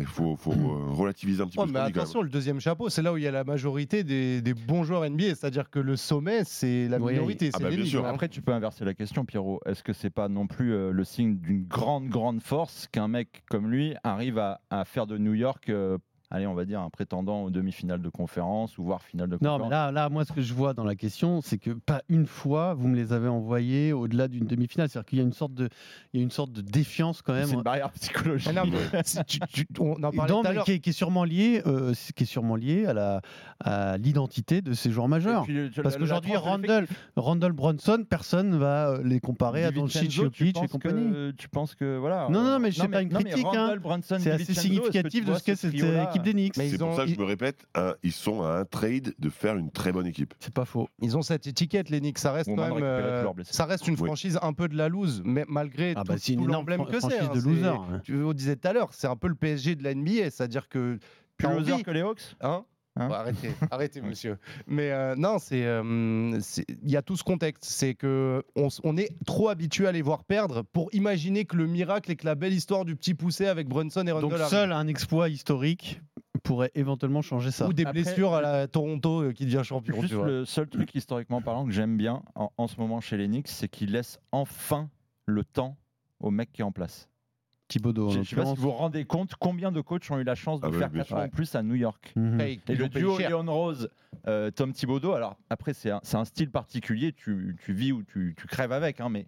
il faut, faut, euh, relativiser un petit Ouais, peu ce Oh, mais qu'on dit quand même. attention, le deuxième chapeau, c'est là où il y a la majorité des, des bons joueurs NBA. C'est-à-dire que le sommet, c'est la Oui. minorité, Ah c'est bah, bien l'élite. sûr. hein. Après, tu peux inverser la question, Pierrot. Est-ce que c'est pas non plus euh, le signe d'une grande, grande force qu'un mec comme lui arrive à, à faire de New York euh, allez, on va dire, un prétendant aux demi-finales de conférence ou voire finale de [LAUGHS] Non, conférence. mais là, là, moi, ce que je vois dans la question, c'est que pas une fois, vous me les avez envoyés au-delà d'une demi-finale. C'est-à-dire qu'il y a une sorte de, il y a une sorte de défiance quand même. C'est une barrière psychologique. Ah non, mais si tu- tu- on en parlait Non, tout à mais l'heure. qui, est, qui est sûrement lié, euh, c- qui est sûrement lié à la à l'identité de ces joueurs majeurs. puis, euh, tu- Parce la- la qu'aujourd'hui, tranche de Randall, Randall Bronson, personne va euh, les comparer à Doncic, Divincenzo, tu Jokic et penses compagnie. que- Tu penses que voilà. Non, non, euh, non, mais je sais pas une non, mais critique, hein. Randall Brunson, C'est assez Divincenzo, significatif est-ce de tu ce qu'est vois cette, euh, trio-là équipe des Knicks. Mais C'est ils pour ont- ça que je ils- me répète, hein, ils sont à un trade de faire une très bonne équipe. C'est pas faux. Ils ont cette étiquette, les Knicks. Ça reste Au quand moment de même, récupérer euh, tous leurs blessés. ça reste une Oui. franchise un peu de la loose, mais malgré Ah bah, tout, c'est une tout énorme l'emblème fran- que c'est. franchise de c'est- loser, hein. Tu on disait tout à l'heure, c'est un peu le PSG de la NBA, c'est-à-dire que Plus t'as loser envie- que les Hawks Hein Hein Bon, [LAUGHS] arrêtez, arrêtez, monsieur. Mais euh, non, c'est, euh, c'est- il y a tout ce contexte, c'est que on, s- on est trop habitué à les voir perdre pour imaginer que le miracle et que la belle histoire du petit poussé avec Brunson et Randall Donc arrive. seul un exploit historique pourrait éventuellement changer ça. ou des Après- blessures à la Toronto euh, qui devient champion. Juste tu vois. le seul truc historiquement parlant que j'aime bien en, en ce moment chez les Knicks, c'est qu'ils laissent enfin le temps au mec qui est en place. Thibodeau, en Je je sais pas si l'occurrence. vous vous rendez compte combien de coachs ont eu la chance de Ah ouais, faire bien 4 sûr. ans en plus à New York. Mhm. Hey, Et ils le l'ont payé duo cher. Léon Rose, euh, Tom Thibodeau, alors après c'est un, c'est un style particulier, tu, tu vis ou tu, tu crèves avec, hein, mais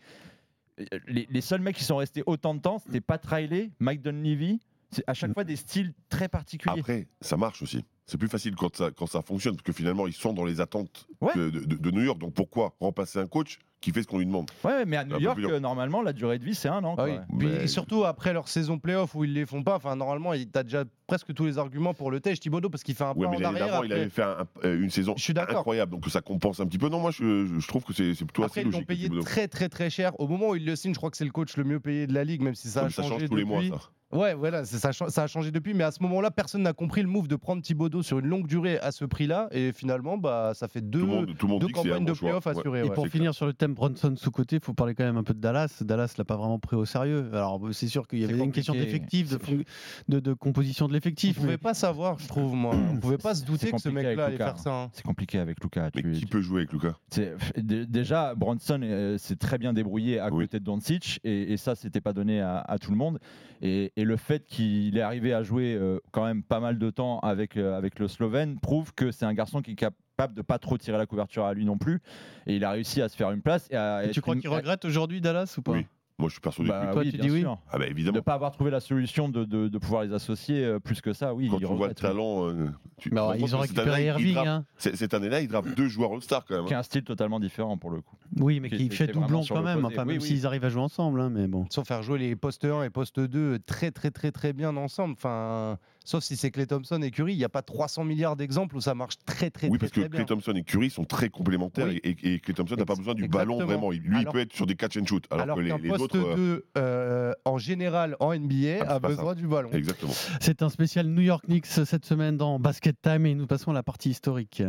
euh, les, les seuls mecs qui sont restés autant de temps, c'était Pat Riley, Mike Dunleavy, c'est à chaque fois des styles très particuliers. Après, ça marche aussi. C'est plus facile quand ça, quand ça fonctionne, parce que finalement, ils sont dans les attentes Ouais. de, de- de New York. Donc pourquoi remplacer un coach qui fait ce qu'on lui demande Ouais, mais à un New peu York, plus dur. euh, normalement, la durée de vie c'est un an. bah, quoi. Ah oui. Ouais. Puis- Mais- et surtout après leur saison playoff où ils les font pas, enfin normalement il- t'as déjà presque tous les arguments pour le tèche Thibodeau parce qu'il fait un Ouais, pas mais en l'année arrière. d'avant, Après, il avait fait un- un- une saison Je suis d'accord. incroyable, donc ça compense un petit peu. Non, moi, je, je- je trouve que c'est c'est plutôt après, assez ils l'ont logique. payé Thibodeau. très très très cher. Au moment où il le signe, je crois que c'est le coach le mieux payé de la ligue, même si ça a Mais ça changé change tous les mois, depuis. ça. Ouais, voilà, c'est- ça, cha- ça a changé depuis, mais à ce moment-là, personne n'a compris le move de prendre Thibodeau sur une longue durée à ce prix-là, et finalement, bah, ça fait deux, Tout le monde, tout le monde deux dit que c'est un campagnes bon de choix. playoff Ouais. assurées. Et ouais. pour C'est finir sur le thème Bronson sous côté, il faut parler quand même un peu de Dallas. Dallas l'a pas vraiment pris au sérieux. Alors c'est sûr qu'il y C'est avait une question compliqué. d'effectif, de, fon- de, de composition de On l'effectif. pouvait mais- pas savoir, je trouve, moi. On pouvait pas se douter que ce compliqué mec-là allait avec Luka, faire ça. hein. C'est compliqué avec Lucas. Mais qui peut jouer avec Lucas C'est- dé- déjà, Bronson euh, s'est très bien débrouillé à Oui. côté de Doncic et, et ça, c'était pas donné à, à tout le monde. Et, et le fait qu'il est arrivé à jouer euh, quand même pas mal de temps avec, euh, avec le Slovène prouve que c'est un garçon qui est capable de pas trop tirer la couverture à lui non plus. Et il a réussi à se faire une place. Et à Et être tu crois une- qu'il regrette aujourd'hui Dallas ou pas Oui. Moi, je suis persuadé que Bah oui. Toi, oui, tu bien dis oui sûr. Ah, bah De ne évidemment. pas avoir trouvé la solution de, de- de pouvoir les associer euh, plus que ça, oui. Quand il tu vois le regrette, oui. talent. euh, Bah, tu- tu Mais te alors, rends ils ont compte que cette année-là, récupéré il Irving. drape- hein. c'est- Cette année-là, ils draftent deux joueurs All-Star quand Qui même. a hein. un style totalement différent pour le coup. Oui, mais Qui qui était fait doublon vraiment sur quand le même. côté. Enfin, Oui, même oui. s'ils arrivent à jouer ensemble, hein, mais bon. Sans faire jouer les postes 1 et poste 2 très très très très bien ensemble. Enfin, sauf si c'est Clay Thompson et Curry, il n'y a pas 300 milliards d'exemples où ça marche très très Oui, très, parce que très Clay bien. Thompson et Curry sont très complémentaires Oui. et, et Clay Thompson n'a pas Ex- besoin du ballon exactement. vraiment. Il- Lui, Alors- il peut être sur des catch and shoot, alors, Alors, que les, qu'un les poste autres. euh, 2 euh, en général en NBA Ah, c'est a pas ça. besoin du ballon. Exactement. C'est un spécial New York Knicks cette semaine dans Basket Time et nous passons à la partie historique.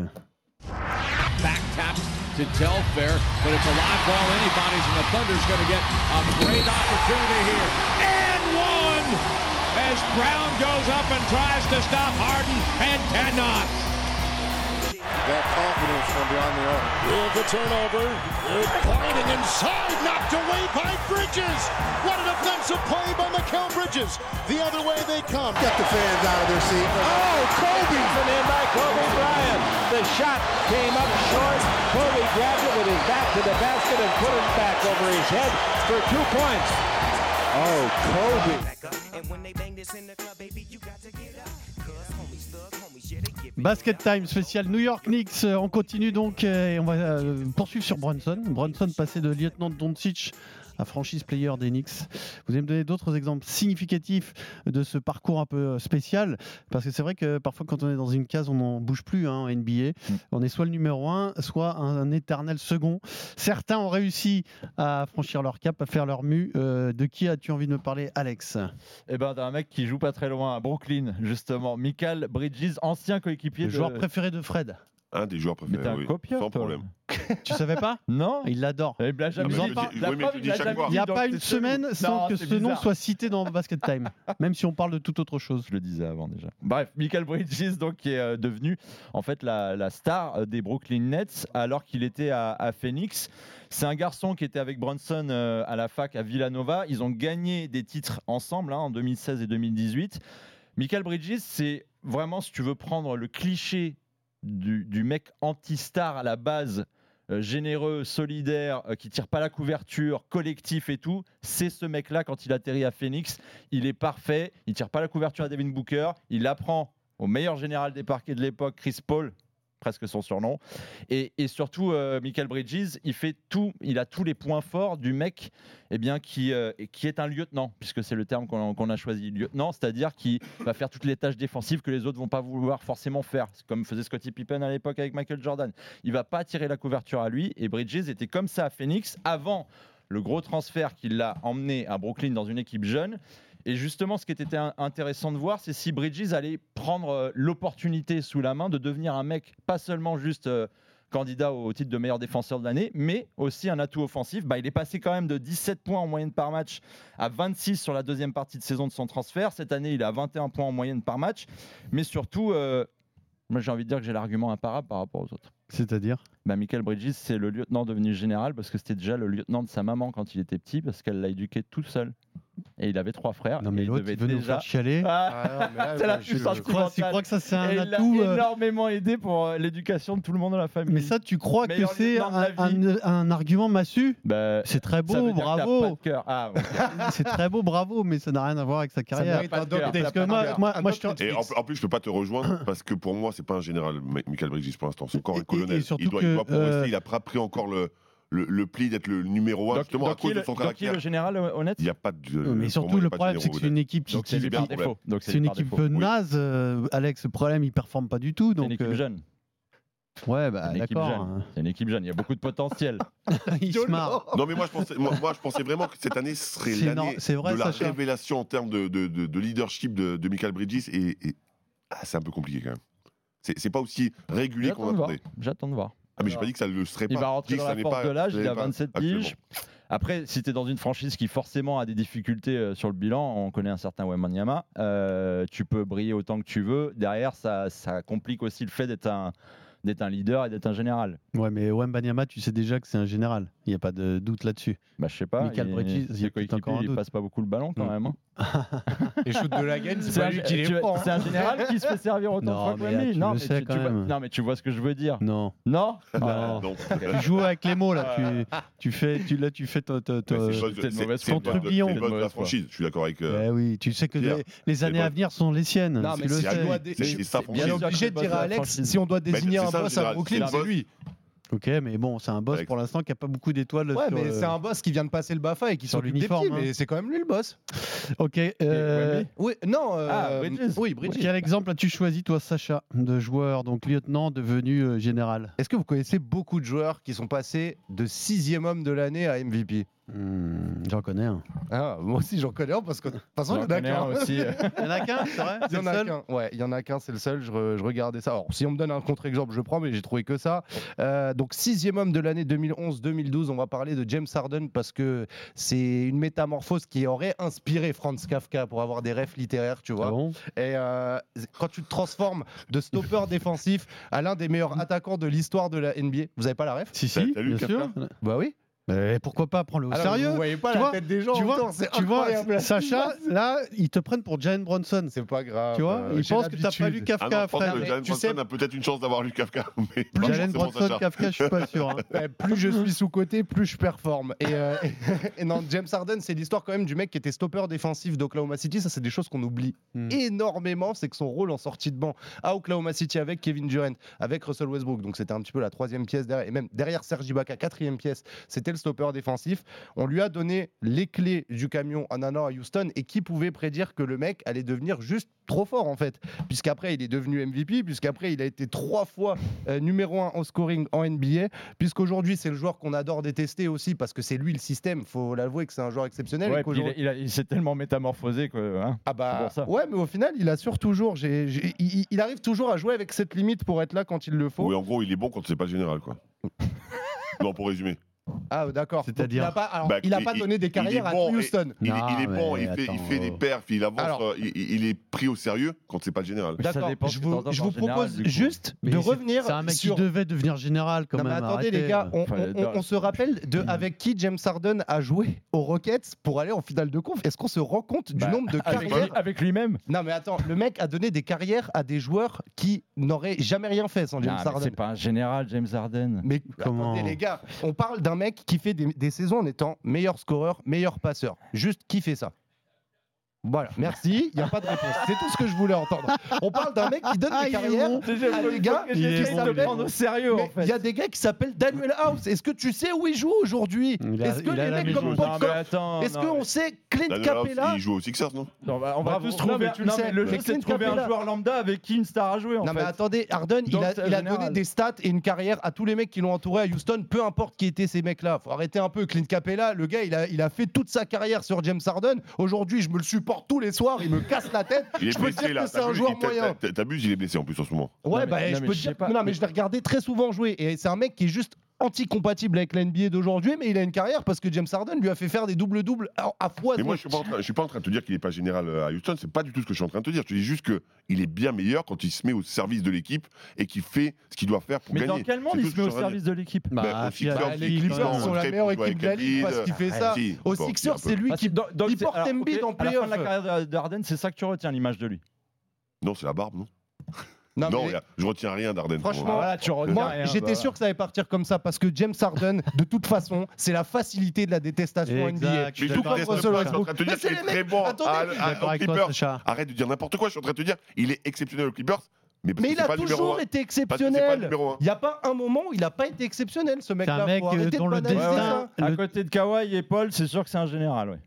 Back taps to Telfair, but it's a live ball anybody's, and the Thunder's going to get a great opportunity here. And one as Brown goes up and tries to stop Harden and cannot. That confidence from beyond the arc. Here's the turnover. Good pointing inside, knocked away by Bridges. What an offensive play by Mikel Bridges. The other way they come. Get the fans out of their seat. Oh, Kobe! And in by Kobe Bryant. The shot came up short. Kobe grabbed it with his back to the basket and put it back over his head for two points. Oh, Kobe. Basket Time spécial New York Knicks. Euh, On continue donc euh, et on va euh, poursuivre sur Bronson. Bronson passé de lieutenant de Doncic à franchise player des Knicks. Vous allez me donner d'autres exemples significatifs de ce parcours un peu euh, spécial parce que c'est vrai que parfois quand on est dans une case on n'en bouge plus hein, en NBA. On est soit le numéro un, soit un, un éternel second. Certains ont réussi à franchir leur cap, à faire leur mue. Euh, de qui as-tu envie de me parler, Alex Eh ben, d'un mec qui joue pas très loin à Brooklyn, justement. Michael Bridges, ancien coéquipier Le de- joueur préféré de Fred. Un des joueurs Mais t'es préférés. un oui. copieur, Sans toi. problème. Tu savais pas Non Ah, Il l'adore. Il l'a jamais mais dit. je le dis- La oui, mais preuve, je le il dis l'a chaque jamais fois. dit Il n'y a dans pas tes une secondes. semaine sans Non, que c'est ce nom bizarre. soit cité dans Basket Time, [LAUGHS] même si on parle de toute autre chose. Je le disais avant déjà. Bref, Michael Bridges, donc, qui est euh, devenu en fait la, la star euh, des Brooklyn Nets alors qu'il était à, à Phoenix. C'est un garçon qui était avec Brunson euh, à la fac à Villanova. Ils ont gagné des titres ensemble hein, en 2016 et 2018. Michael Bridges, c'est vraiment, si tu veux prendre le cliché du, du mec anti-star à la base, euh, généreux, solidaire, euh, qui tire pas la couverture, collectif et tout, c'est ce mec-là quand il atterrit à Phoenix. Il est parfait, il tire pas la couverture à Devin Booker, il apprend au meilleur général des parquets de l'époque, Chris Paul, presque son surnom. Et, et surtout, euh, Michael Bridges, il fait tout, il a tous les points forts du mec eh bien, qui, euh, qui est un lieutenant, puisque c'est le terme qu'on qu'on a choisi, lieutenant, c'est-à-dire qui va faire toutes les tâches défensives que les autres vont pas vouloir forcément faire, C'est comme faisait Scottie Pippen à l'époque avec Michael Jordan. Il va pas tirer la couverture à lui, et Bridges était comme ça à Phoenix avant le gros transfert qui l'a emmené à Brooklyn dans une équipe jeune. Et justement, ce qui était in- intéressant de voir, c'est si Bridges allait prendre euh, l'opportunité sous la main de devenir un mec, pas seulement juste euh, candidat au titre de meilleur défenseur de l'année, mais aussi un atout offensif. Bah, il est passé quand même de 17 points en moyenne par match à 26 sur la deuxième partie de saison de son transfert. Cette année, il est à 21 points en moyenne par match. Mais surtout, euh, moi j'ai envie de dire que j'ai l'argument imparable par rapport aux autres. C'est-à-dire Bah, Michael Bridges, c'est le lieutenant devenu général parce que c'était déjà le lieutenant de sa maman quand il était petit, parce qu'elle l'a éduqué tout seul. Et il avait trois frères. Non, mais et il l'autre, devait il veut nous Ah, déjà... faire chialer. Ah, Ah, non, mais là, c'est la moi, je- puissance je crois- tu mentale. crois que ça, c'est un Et atout, Il a euh, énormément aidé pour euh, l'éducation de tout le monde dans la famille. Mais ça, tu crois que Meilleur c'est lieutenant de un, la vie. un- un argument massu Bah, C'est très ça veut beau, dire que t'as pas de bravo. cœur. Ah, ok. [LAUGHS] C'est très beau, bravo, mais ça n'a rien à voir avec sa [LAUGHS] carrière. mérite un doc Parce Netflix. que moi, moi, moi, je te- Et en, en plus, je peux pas [COUGHS] te rejoindre parce que pour moi, c'est pas un général, M- Michael Bridges, pour l'instant. C'est encore un colonel. surtout il doit, il que, doit progresser. euh, Il a pas pris encore le, le, le pli d'être le numéro 1, Donc- justement, donc à cause qui est de son le- donc qui est caractère. le général, euh, honnête Il n'y a pas de. Mais pour surtout, moi, il y a le pas de problème, numéro c'est que deux. c'est une équipe qui. Donc, c'est qui- des par qui- défaut. Donc, c'est C'est une des par équipe défaut. Oui. naze, euh, Alex. Le problème, il performe pas du tout. C'est une Donc, équipe euh, jeune. ouais, bah C'est une équipe d'accord. jeune. hein. C'est une équipe jeune. Il y a beaucoup de potentiel. [LAUGHS] Il se marre. Non, mais moi je, pensais, moi, moi, je pensais vraiment que cette année serait C'est énorme, l'année c'est vrai, de la Sacha. révélation en termes de, de- de- de leadership de, de Michael Bridges. Et, et- ah, c'est un peu compliqué quand même. C'est c'est pas aussi régulier J'attends qu'on de voir. attendait. J'attends de voir. Ah, mais j'ai pas dit que ça le serait pas. Il va J'ai rentrer dit que dans ça la n'est force pas- de l'âge, ça il n'est a pas- 27 absolument. piges. Après, si tu es dans une franchise qui forcément a des difficultés euh, sur le bilan, on connaît un certain Wemanyama, euh, tu peux briller autant que tu veux. Derrière, ça, ça complique aussi le fait d'être un, d'être un leader et d'être un général. Ouais, mais Wembanyama, tu sais déjà que c'est un général. Il n'y a pas de doute là-dessus. Bah, je sais pas. Michael il- Bridges, il y a ses peut-être coéquipiers, encore un ils doute. passent pas beaucoup le ballon quand Mm. même. hein. Les shoots de la gaine, c'est C'est pas un, lui qui tu- les prend. c'est un général qui se fait servir autant Non, de fois que mais là, Wemby. tu le Non, mais sais tu- quand tu vois- même. non, mais tu vois ce que je veux dire. Non. Non Non. [LAUGHS] Ah, tu joues avec les mots là. Tu, tu fais, tu là, tu fais ton, ton- ton- Euh, Mais c'est une hein. bonne- c'était une c'est- mauvaise c'est une foi. bonne- Trublion. c'est une bonne de la Mauvaise foi. franchise. Je suis d'accord avec. euh, Eh oui, tu sais que Pierre, les, les c'est années bon. à venir sont les siennes. Non, mais tu le si on sais. doit c'est- c'est ça, on est franchise. obligé de dire à Alex, si on doit désigner c'est un ça, en boss à général, Brooklyn, c'est c'est un lui. Ok, mais bon, c'est un boss Avec- pour l'instant qui a pas beaucoup d'étoiles. Ouais, sur, mais euh, c'est un boss qui vient de passer le Bafa et qui sur s'occupe des l'uniforme, petits, mais hein. c'est quand même lui le boss. Ok. euh, Wemby Oui, non. euh, Ah, Bridges. Oui, Bridges. Quel exemple as-tu choisi, toi, Sacha, de joueur, donc lieutenant devenu euh, général Est-ce que vous connaissez beaucoup de joueurs qui sont passés de sixième homme de l'année à MVP Hmm, J'en connais un. Ah, Moi aussi, j'en connais un parce que de toute façon, il y en J'en a connais qu'un. un [LAUGHS] aussi. Il y en a qu'un, c'est vrai Il y en a qu'un, ouais, il y en a qu'un, c'est le seul. Je, re- je regardais ça. Alors, si on me donne un contre-exemple, je prends, mais j'ai trouvé que ça. Euh, donc, sixième homme de l'année 2011-2012, on va parler de James Harden parce que c'est une métamorphose qui aurait inspiré Franz Kafka pour avoir des rêves littéraires, tu vois. Ah bon Et euh, quand tu te transformes de stopper défensif à l'un des meilleurs attaquants de l'histoire de la NBA, vous avez pas la ref Si, T'as- si, t'as lu bien sûr. Bah oui. Mais pourquoi pas prendre le Alors, sérieux Vous voyez pas Tu la vois- tête des gens. tu vois, autant, c'est Tu vois, incroyable. Sacha, là, ils te prennent pour Jalen Bronson. [LAUGHS] c'est pas grave. Tu vois, euh, ils j'ai pensent que t'as pas lu l'habitude. Ah non, Kafka, je pense frère. que Jalen tu sais- Brunson a peut-être une chance d'avoir lu Kafka. [LAUGHS] Mais pas Jalen forcément Bronson, Sacha. Kafka, je suis pas sûr. [LAUGHS] hein. Euh, plus je suis sous côté, plus je performe. Et, euh, [LAUGHS] et non, James Harden, c'est l'histoire quand même du mec qui était stopper défensif d'Oklahoma City. Ça, c'est des choses qu'on oublie Hmm. Mm. énormément. C'est que son rôle en sortie de banc à Oklahoma City avec Kevin Durant, avec Russell Westbrook, donc c'était un petit peu la troisième pièce derrière, et même derrière Serge Ibaka, quatrième pièce, c'était le stopper défensif. On lui a donné les clés du camion en allant à Houston. Et qui pouvait prédire que le mec allait devenir juste trop fort en fait Puisqu'après, il est devenu MVP, puisqu'après, il a été trois fois euh, numéro un en scoring en NBA puisqu'aujourd'hui c'est le joueur qu'on adore détester aussi parce que c'est lui le système faut l'avouer que c'est un joueur exceptionnel Ouais, et puis il, qu'aujourd'hui- a- il a- il s'est tellement métamorphosé que. hein. ah bah c'est pour ça. ouais mais au final il assure toujours J'ai- j'ai- il, il arrive toujours à jouer avec cette limite pour être là quand il le faut Oui, en gros, il est bon quand c'est pas le général, quoi. non, pour résumer. Ah, d'accord. C'est-à-dire Il n'a pas, alors, Bah, il a pas donné des carrières à Houston. Il, il est bon, il fait, il fait des perfs, il avance, Alors- euh, il, il est pris au sérieux quand c'est pas le général. D'accord, je vous, je vous propose juste Mais de c'est- revenir C'est un mec sur... qui devait devenir général quand Non, mais même. attendez arrêtez. les gars, on, Enfin, Mm. on- on- on se rappelle de avec qui James Harden a joué aux Rockets pour aller en finale de conf. Est-ce qu'on se rend compte du Bah, nombre de avec carrières lui- avec lui-même Non mais attends, le mec a donné des carrières à des joueurs qui n'auraient jamais rien fait sans James Non, mais Harden. C'est pas un général, James Harden. Mais Bah, Attendez les gars, on parle d'un mec qui fait des, des saisons en étant meilleur scoreur, meilleur passeur. Juste qui fait ça voilà, merci, il n'y a pas de réponse. C'est tout ce que je voulais entendre. On parle d'un mec qui donne Ah, des il est carrières bon. Déjà, à je des veux gars que qui j'essaie de te s'appellent- prendre au sérieux, en Mais fait. Il y a des gars qui s'appellent Daniel House. Est-ce que tu sais où il joue aujourd'hui a- Est-ce que il a les la mecs maison. comme Non, Bob mais Cobb- attends, Est-ce non, qu'on mais- sait Clint Daniel House, Capella il joue aux Sixers, non Non, bah, on va Bravo. tous Non, trouver. mais tu non, le mais sais, le mais jeu, c'est Clint de trouver Capella. un joueur lambda avec qui une star a joué. En non fait. mais attendez, Harden, Dans il le a, il a général. donné des stats et une carrière à tous les mecs qui l'ont entouré à Houston, peu importe qui étaient ces mecs-là. Faut arrêter un peu, Clint Capella, le gars, il a, il a fait toute sa carrière sur James Harden. Aujourd'hui, je me le supporte tous les soirs, il me casse la tête. Il est je peux blessé dire là. que c'est T'as un vu, joueur il t'a- moyen. t'a- T'abuses, il est blessé en plus en ce moment. [LAUGHS] Ouais, Non, mais- bah, non, je mais peux je te dire. sais pas. non, mais je l'ai regardé très souvent jouer. Et c'est un mec qui est juste anti-compatible avec la NBA d'aujourd'hui, mais il a une carrière parce que James Harden lui a fait faire des doubles-doubles à, à Mais foison. moi, je suis pas en train, je suis pas en train de te dire qu'il est pas général euh, à Houston. C'est pas du tout ce que je suis en train de te dire. Je te dis juste que il est bien meilleur quand il se met au service de l'équipe et qu'il fait ce qu'il doit faire pour Mais gagner. dans quel monde C'est il tout se ce que met je au suis en train de service de l'équipe Bah, Bah, aux puis, euh, Sixers, les ils Clippers sont sont la très meilleure bons joueurs équipe de la avec ligue parce Embiid. qu'il fait Ah, ça. si, Aux bon, si, Sixers, un peu. c'est lui Bah, qui c'est- donc- donc il c'est- porte alors, Embiid ok, en À la fin de la playoff. carrière d'Arden, c'est ça que tu retiens, l'image de lui. Non, c'est la barbe, non Non, Non, mais- y a- je retiens rien d'Arden. Franchement, Pour- voilà, tu retiens Moi, rien, j'étais bah, sûr que ça allait partir comme ça parce que James Harden, [LAUGHS] de toute façon, c'est la facilité de la détestation Exact, NBA. je Mais suis Tout tout d'accord. comme reste pas, je Russell suis en Westbrook. train de te Mais dire c'est qu'il est les très mecs- bon à- Attendez, suis d'accord à- aux avec toi, Clippers. Sacha. Arrête de dire n'importe quoi, je suis en train de te dire, il est exceptionnel aux Clippers, mais parce Mais que il c'est a pas le numéro toujours un. été Parce que c'est pas le exceptionnel. numéro un. Il n'y a pas un moment où il n'a pas été exceptionnel, ce mec-là. C'est un mec, Faut euh, arrêter de dont le banaliser destin- ça. À Le- côté de Kawhi et Paul, c'est sûr que c'est un général, ouais.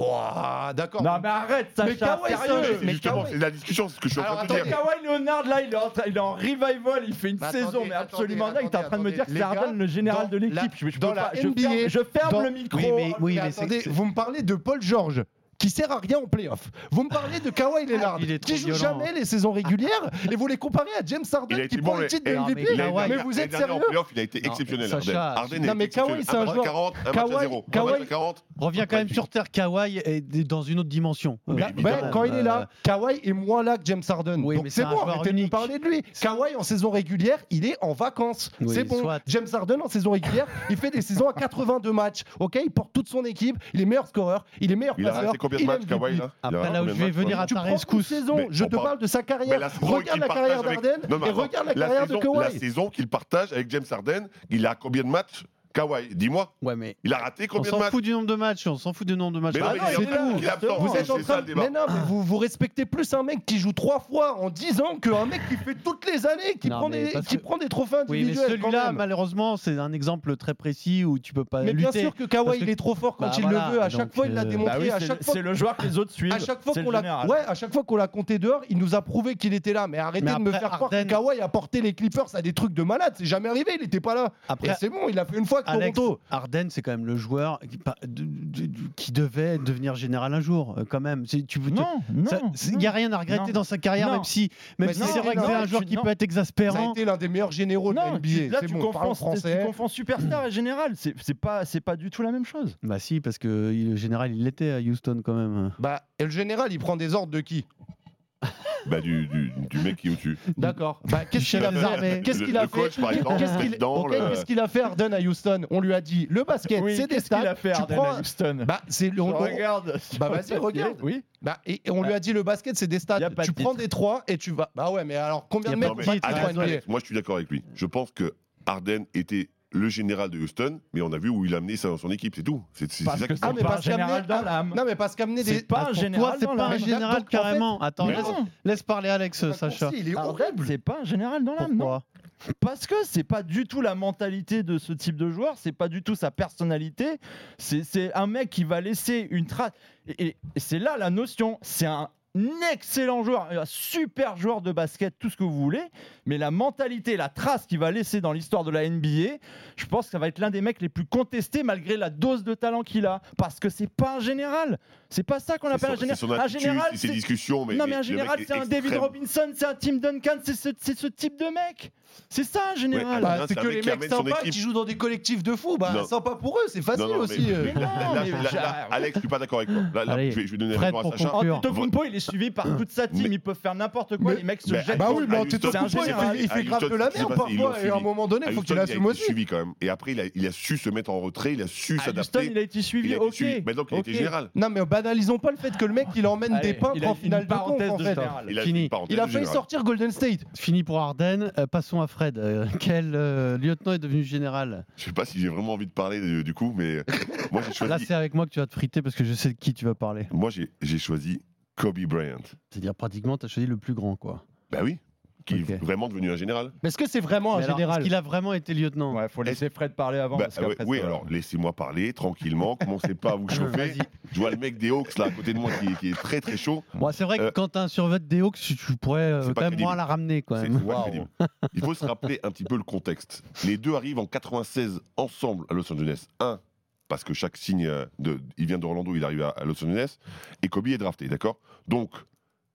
Ouah, d'accord. Non, mais arrête, Mais Sacha, Kawhi, Non, mais sérieux. sérieux c'est mais justement, Kawhi- c'est la discussion, c'est ce que je suis en Alors, train de te attendez, dire. Kawhi Leonard, là, il est, en train- il est en revival, il fait une Mais saison, attendez, mais attendez, absolument dingue. T'es en train de me attendez, dire que les c'est Harden gars, le général dans de l'équipe. la- Je, je peux dans pas- la je NBA, ferme, je ferme dans- le micro. Oui, mais- oui, Mais mais c'est- attendez, c'est- vous me parlez de Paul George qui sert à rien en playoff. Vous me parlez de Kawhi Leonard Ah, Il est trop qui joue violent. jamais les saisons régulières et vous les comparez à James Il a Harden été qui bon, prend le mais- titre de eh, MVP. l'année dernière- Mais vous êtes l'année dernière, sérieux en playoff, il a été mais exceptionnel, Sacha, Arden. Arden non, est mais exceptionnel. Kawhi, c'est un Un match à joueur- 40, un match Kawhi- à 0. Un Kawhi- match à 40. Reviens quand même sur Terre Kawhi et dans une autre dimension. Euh, Là, évidemment. ben, quand il est là, Kawhi est moins là que James Harden. Oui, Donc mais c'est c'est un bon, joueur arrêtez de nous unique. parler de lui. Kawhi en saison régulière, il est en vacances. Oui, c'est bon. soit. James Harden en saison régulière, [LAUGHS] il fait des saisons à 82 matchs. Ok, il porte toute son équipe. Il est meilleur scoreur. Il est meilleur Il a passeur. raté combien de Ah, il Ah, est matchs, MVP. Kawhi, là Il a Après, raté là où combien je de vais matchs, venir Kawhi à Tu ta prends toute rescousse, saison. Mais Je on te parle- parle de sa Mais carrière. saison Regarde qu'il la partage carrière avec- d'Arden Non, mais et attends, regarde la la carrière de saison- La Kawhi. saison qu'il partage avec James Harden, il a combien de matchs Kawhi, dis-moi. ouais, mais Il a raté on combien de s'en matchs fout du nombre de matchs, on s'en fout du nombre de matchs. Mais non, Bah Ah mais non, il est- c'est il est tout. il est absent. Vous êtes en C'est train ça le de... débat. Mais non, mais vous, vous respectez plus un mec qui joue trois fois en dix ans qu'un mec qui fait toutes les années, qui, Non, prend, mais des, parce qui que- prend des trophées Oui, mais individuels. quand celui-là, même. malheureusement, c'est un exemple très précis où tu peux pas Mais bien lutter. sûr que Kawhi, Parce que- il est trop fort quand Bah il voilà, le veut. À donc, chaque fois, il l'a euh, démontré. Bah oui, à c'est- chaque fois, c'est le joueur que les autres suivent. à chaque fois C'est qu'on le l'a, général. ouais, à chaque fois qu'on l'a compté dehors, il nous a prouvé qu'il était là. Mais arrêtez Mais de me après, faire croire Harden- que Kawhi a porté les Clippers à des trucs de malade. C'est jamais arrivé. Il n'était pas là. Après- Et c'est bon, il l'a fait une fois avec Alex Toronto. Harden, c'est quand même le joueur qui, pa- de- de- de- qui devait devenir général un jour, euh, quand même. C'est- Tu, tu- Non, ça- non. c'est- Il n'y a rien à regretter Non. dans sa carrière, Non. même si, même Mais si non, c'est vrai que non, c'est un tu- joueur qui non. peut être Ça a exaspérant. été l'un des meilleurs généraux Non, de la tu- NBA. là, C'est tu, bon, parlons confonds, tu français. confonds superstar et général. C'est c'est pas, c'est pas du tout la même chose. Bah si, parce que le général, il l'était à Houston quand même. Bah, et le général, il prend des ordres de qui Bah, du, du, du mec qui est au-dessus. [LAUGHS] D'accord. Bah, Du qu'est-ce qu'il chef a des armées. fait Qu'est-ce Le- qu'il a le coach, fait par exemple, Qu'est-ce le qu'il- président, ok, le- qu'est-ce qu'il a fait Harden à Houston On lui a dit le basket, Oui, c'est des qu'est-ce qu'il stats. a fait tu Harden prends- à Houston Bah, c'est le- on- on- Regarde. Bah, vas-y, regarde. Oui. Bah, et, et on lui a dit le basket c'est des Y stats. a pas de Tu prends titre. des trois et tu vas. Bah ouais, mais alors combien Y a de pas mecs Non, ont mais pas de titre, titre Alex, en NBA Alex, moi je suis d'accord avec lui. Je pense que Harden était le général de Houston, mais on a vu où il a amené ça dans son équipe, c'est tout. C'est c'est- c'est Parce ça que que c'est mais pas un parce qu'il y a général amené- dans l'âme. Non mais parce qu'amener des. C'est pas un Pour toi, général c'est dans pas un l'âme. général Donc, en fait- carrément. Attends, Mais laisse, non. laisse parler Alex, un Sacha. raccourci, Il est Harden, horrible. C'est pas un général dans l'âme, non Pourquoi Parce que c'est pas du tout la mentalité de ce type de joueur, c'est pas du tout sa personnalité. C'est- C'est un mec qui va laisser une trace. Et, et- et c'est là la notion. C'est un excellent joueur, un super joueur de basket, tout ce que vous voulez, mais la mentalité, la trace qu'il va laisser dans l'histoire de la NBA, je pense que ça va être l'un des mecs les plus contestés malgré la dose de talent qu'il a, parce que c'est pas un général, c'est pas ça qu'on appelle son- un général. c'est son un attitude, général, c'est ses c'est- discussions, mais- non mais mais un le mec général, est c'est un David extrême. Robinson, c'est un Tim Duncan, c'est ce, c'est ce type de mec, c'est ça un général. Ouais, Bah, c'est c'est un que mec les qui mecs amène son sympas équipe. qui jouent dans des collectifs de fous, Non. sympa pour eux, c'est Non, non, mais- mais là, là, là, là, Alex, je suis pas d'accord avec toi. Là, là, Allez, je, vais, je vais donner Fred raison pour à Sacha. conclure. Antetokounmpo, il est suivi par toute sa team, ils peuvent faire n'importe quoi, les mecs se Hein. Mais jettent. Houston- sur- à C'est Houston, un c'est général. pareil. À Houston, ce qui s'est passé, ils l'ont suivi. À Houston, Ah, a été suivi quand même. Et après, il a, il a su se mettre en retrait, il a su À s'adapter. Houston, il a été suivi, Il a été ok. suivi. Mais donc, il a été Ok. général. Non, mais banalisons pas le fait que le mec il emmène Allez, des peintres il a en une finale de conf, parenthèse en de fait. général. Il a Fini. une parenthèse Il a de failli général. sortir Golden State. Fini pour Arden. Euh, passons à Fred. Euh, quel euh, lieutenant est devenu général Je sais pas si j'ai vraiment envie de parler du, du coup, [LAUGHS] mais moi, j'ai Là, choisi, c'est avec moi que tu vas te friter parce que je sais de qui tu vas parler. moi, j'ai, j'ai choisi Kobe Bryant. C'est-à-dire, pratiquement, tu as choisi le plus grand, quoi. Bah oui, qui est vraiment devenu un général. Mais est-ce que c'est vraiment Mais alors, Est-ce qu'il a vraiment été lieutenant Ouais, faut laisser Fred parler avant. Bah, parce qu'après, ouais, oui, ça- alors laissez-moi parler tranquillement, commencez pas à [LAUGHS] Ah, vous chauffer. Je vois le mec des Hawks là à côté de moi qui, qui est très très chaud. Bon, c'est vrai que Euh, quand t'as un survêt des Hawks, tu, tu pourrais euh, C'est pas quand même crédible. moins la ramener, quand C'est- même. c'est pas crédible. Il faut se rappeler un petit peu le contexte. Les deux arrivent en 96 ensemble à Los Angeles. Un, parce que chaque signe, euh, de, il vient d'Orlando, il arrive à, à Los Angeles. Et Kobe est drafté, d'accord Donc,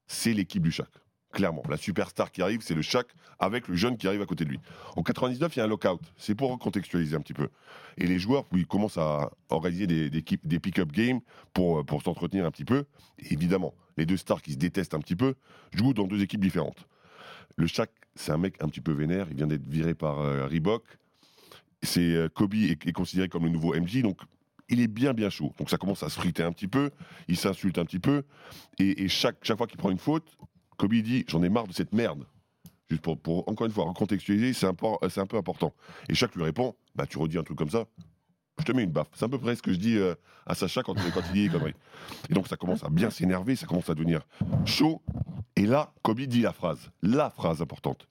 c'est l'équipe du Shaq. Clairement, la superstar qui arrive, c'est le Shaq avec le jeune qui arrive à côté de lui. En 99, il y a un lockout. C'est pour recontextualiser un petit peu. Et les joueurs, ils commencent à organiser des, des, keep- des pick-up games pour, euh, pour s'entretenir un petit peu. Et évidemment, les deux stars qui se détestent un petit peu jouent dans deux équipes différentes. Le Shaq, c'est un mec un petit peu vénère. Il vient d'être viré par euh, Reebok. C'est euh, Kobe est, est considéré comme le nouveau MJ, donc il est bien bien chaud. Donc ça commence à se friter un petit peu. Il s'insulte un petit peu. Et, et chaque chaque fois qu'il prend une faute, Kobe dit j'en ai marre de cette merde. Juste pour, pour, encore une fois recontextualiser, c'est un, peu- c'est un peu important. Et Shaq lui répond bah tu redis un truc comme ça. Je te mets une baffe. C'est à peu près ce que je dis euh, à Sacha quand, quand il dit des conneries. Et donc ça commence à bien s'énerver, ça commence à devenir chaud. Et là, Kobe dit la phrase, la phrase importante.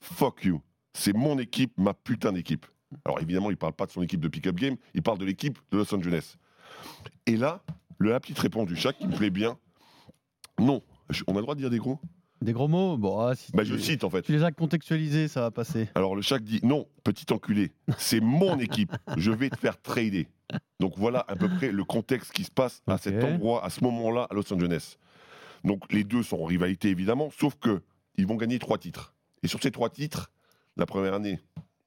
Fuck you. C'est mon équipe, ma putain d'équipe. Alors évidemment, il parle pas de son équipe de pick-up game, il parle de l'équipe de Los Angeles. Et là, le, la petite réponse du chat qui me plaît bien. Non, Je- on a le droit de dire des gros Des gros mots Bon, ah, si Bah tu- je cite en fait. Tu les as contextualisés, ça va passer. Alors le Shaq dit non, petit enculé, c'est mon équipe, je vais te faire trader. Donc voilà à peu près le contexte qui se passe à Ok. cet endroit, à ce moment-là, à Los Angeles. Donc les deux sont en rivalité évidemment, sauf que ils vont gagner trois titres. Et sur ces trois titres, la première année,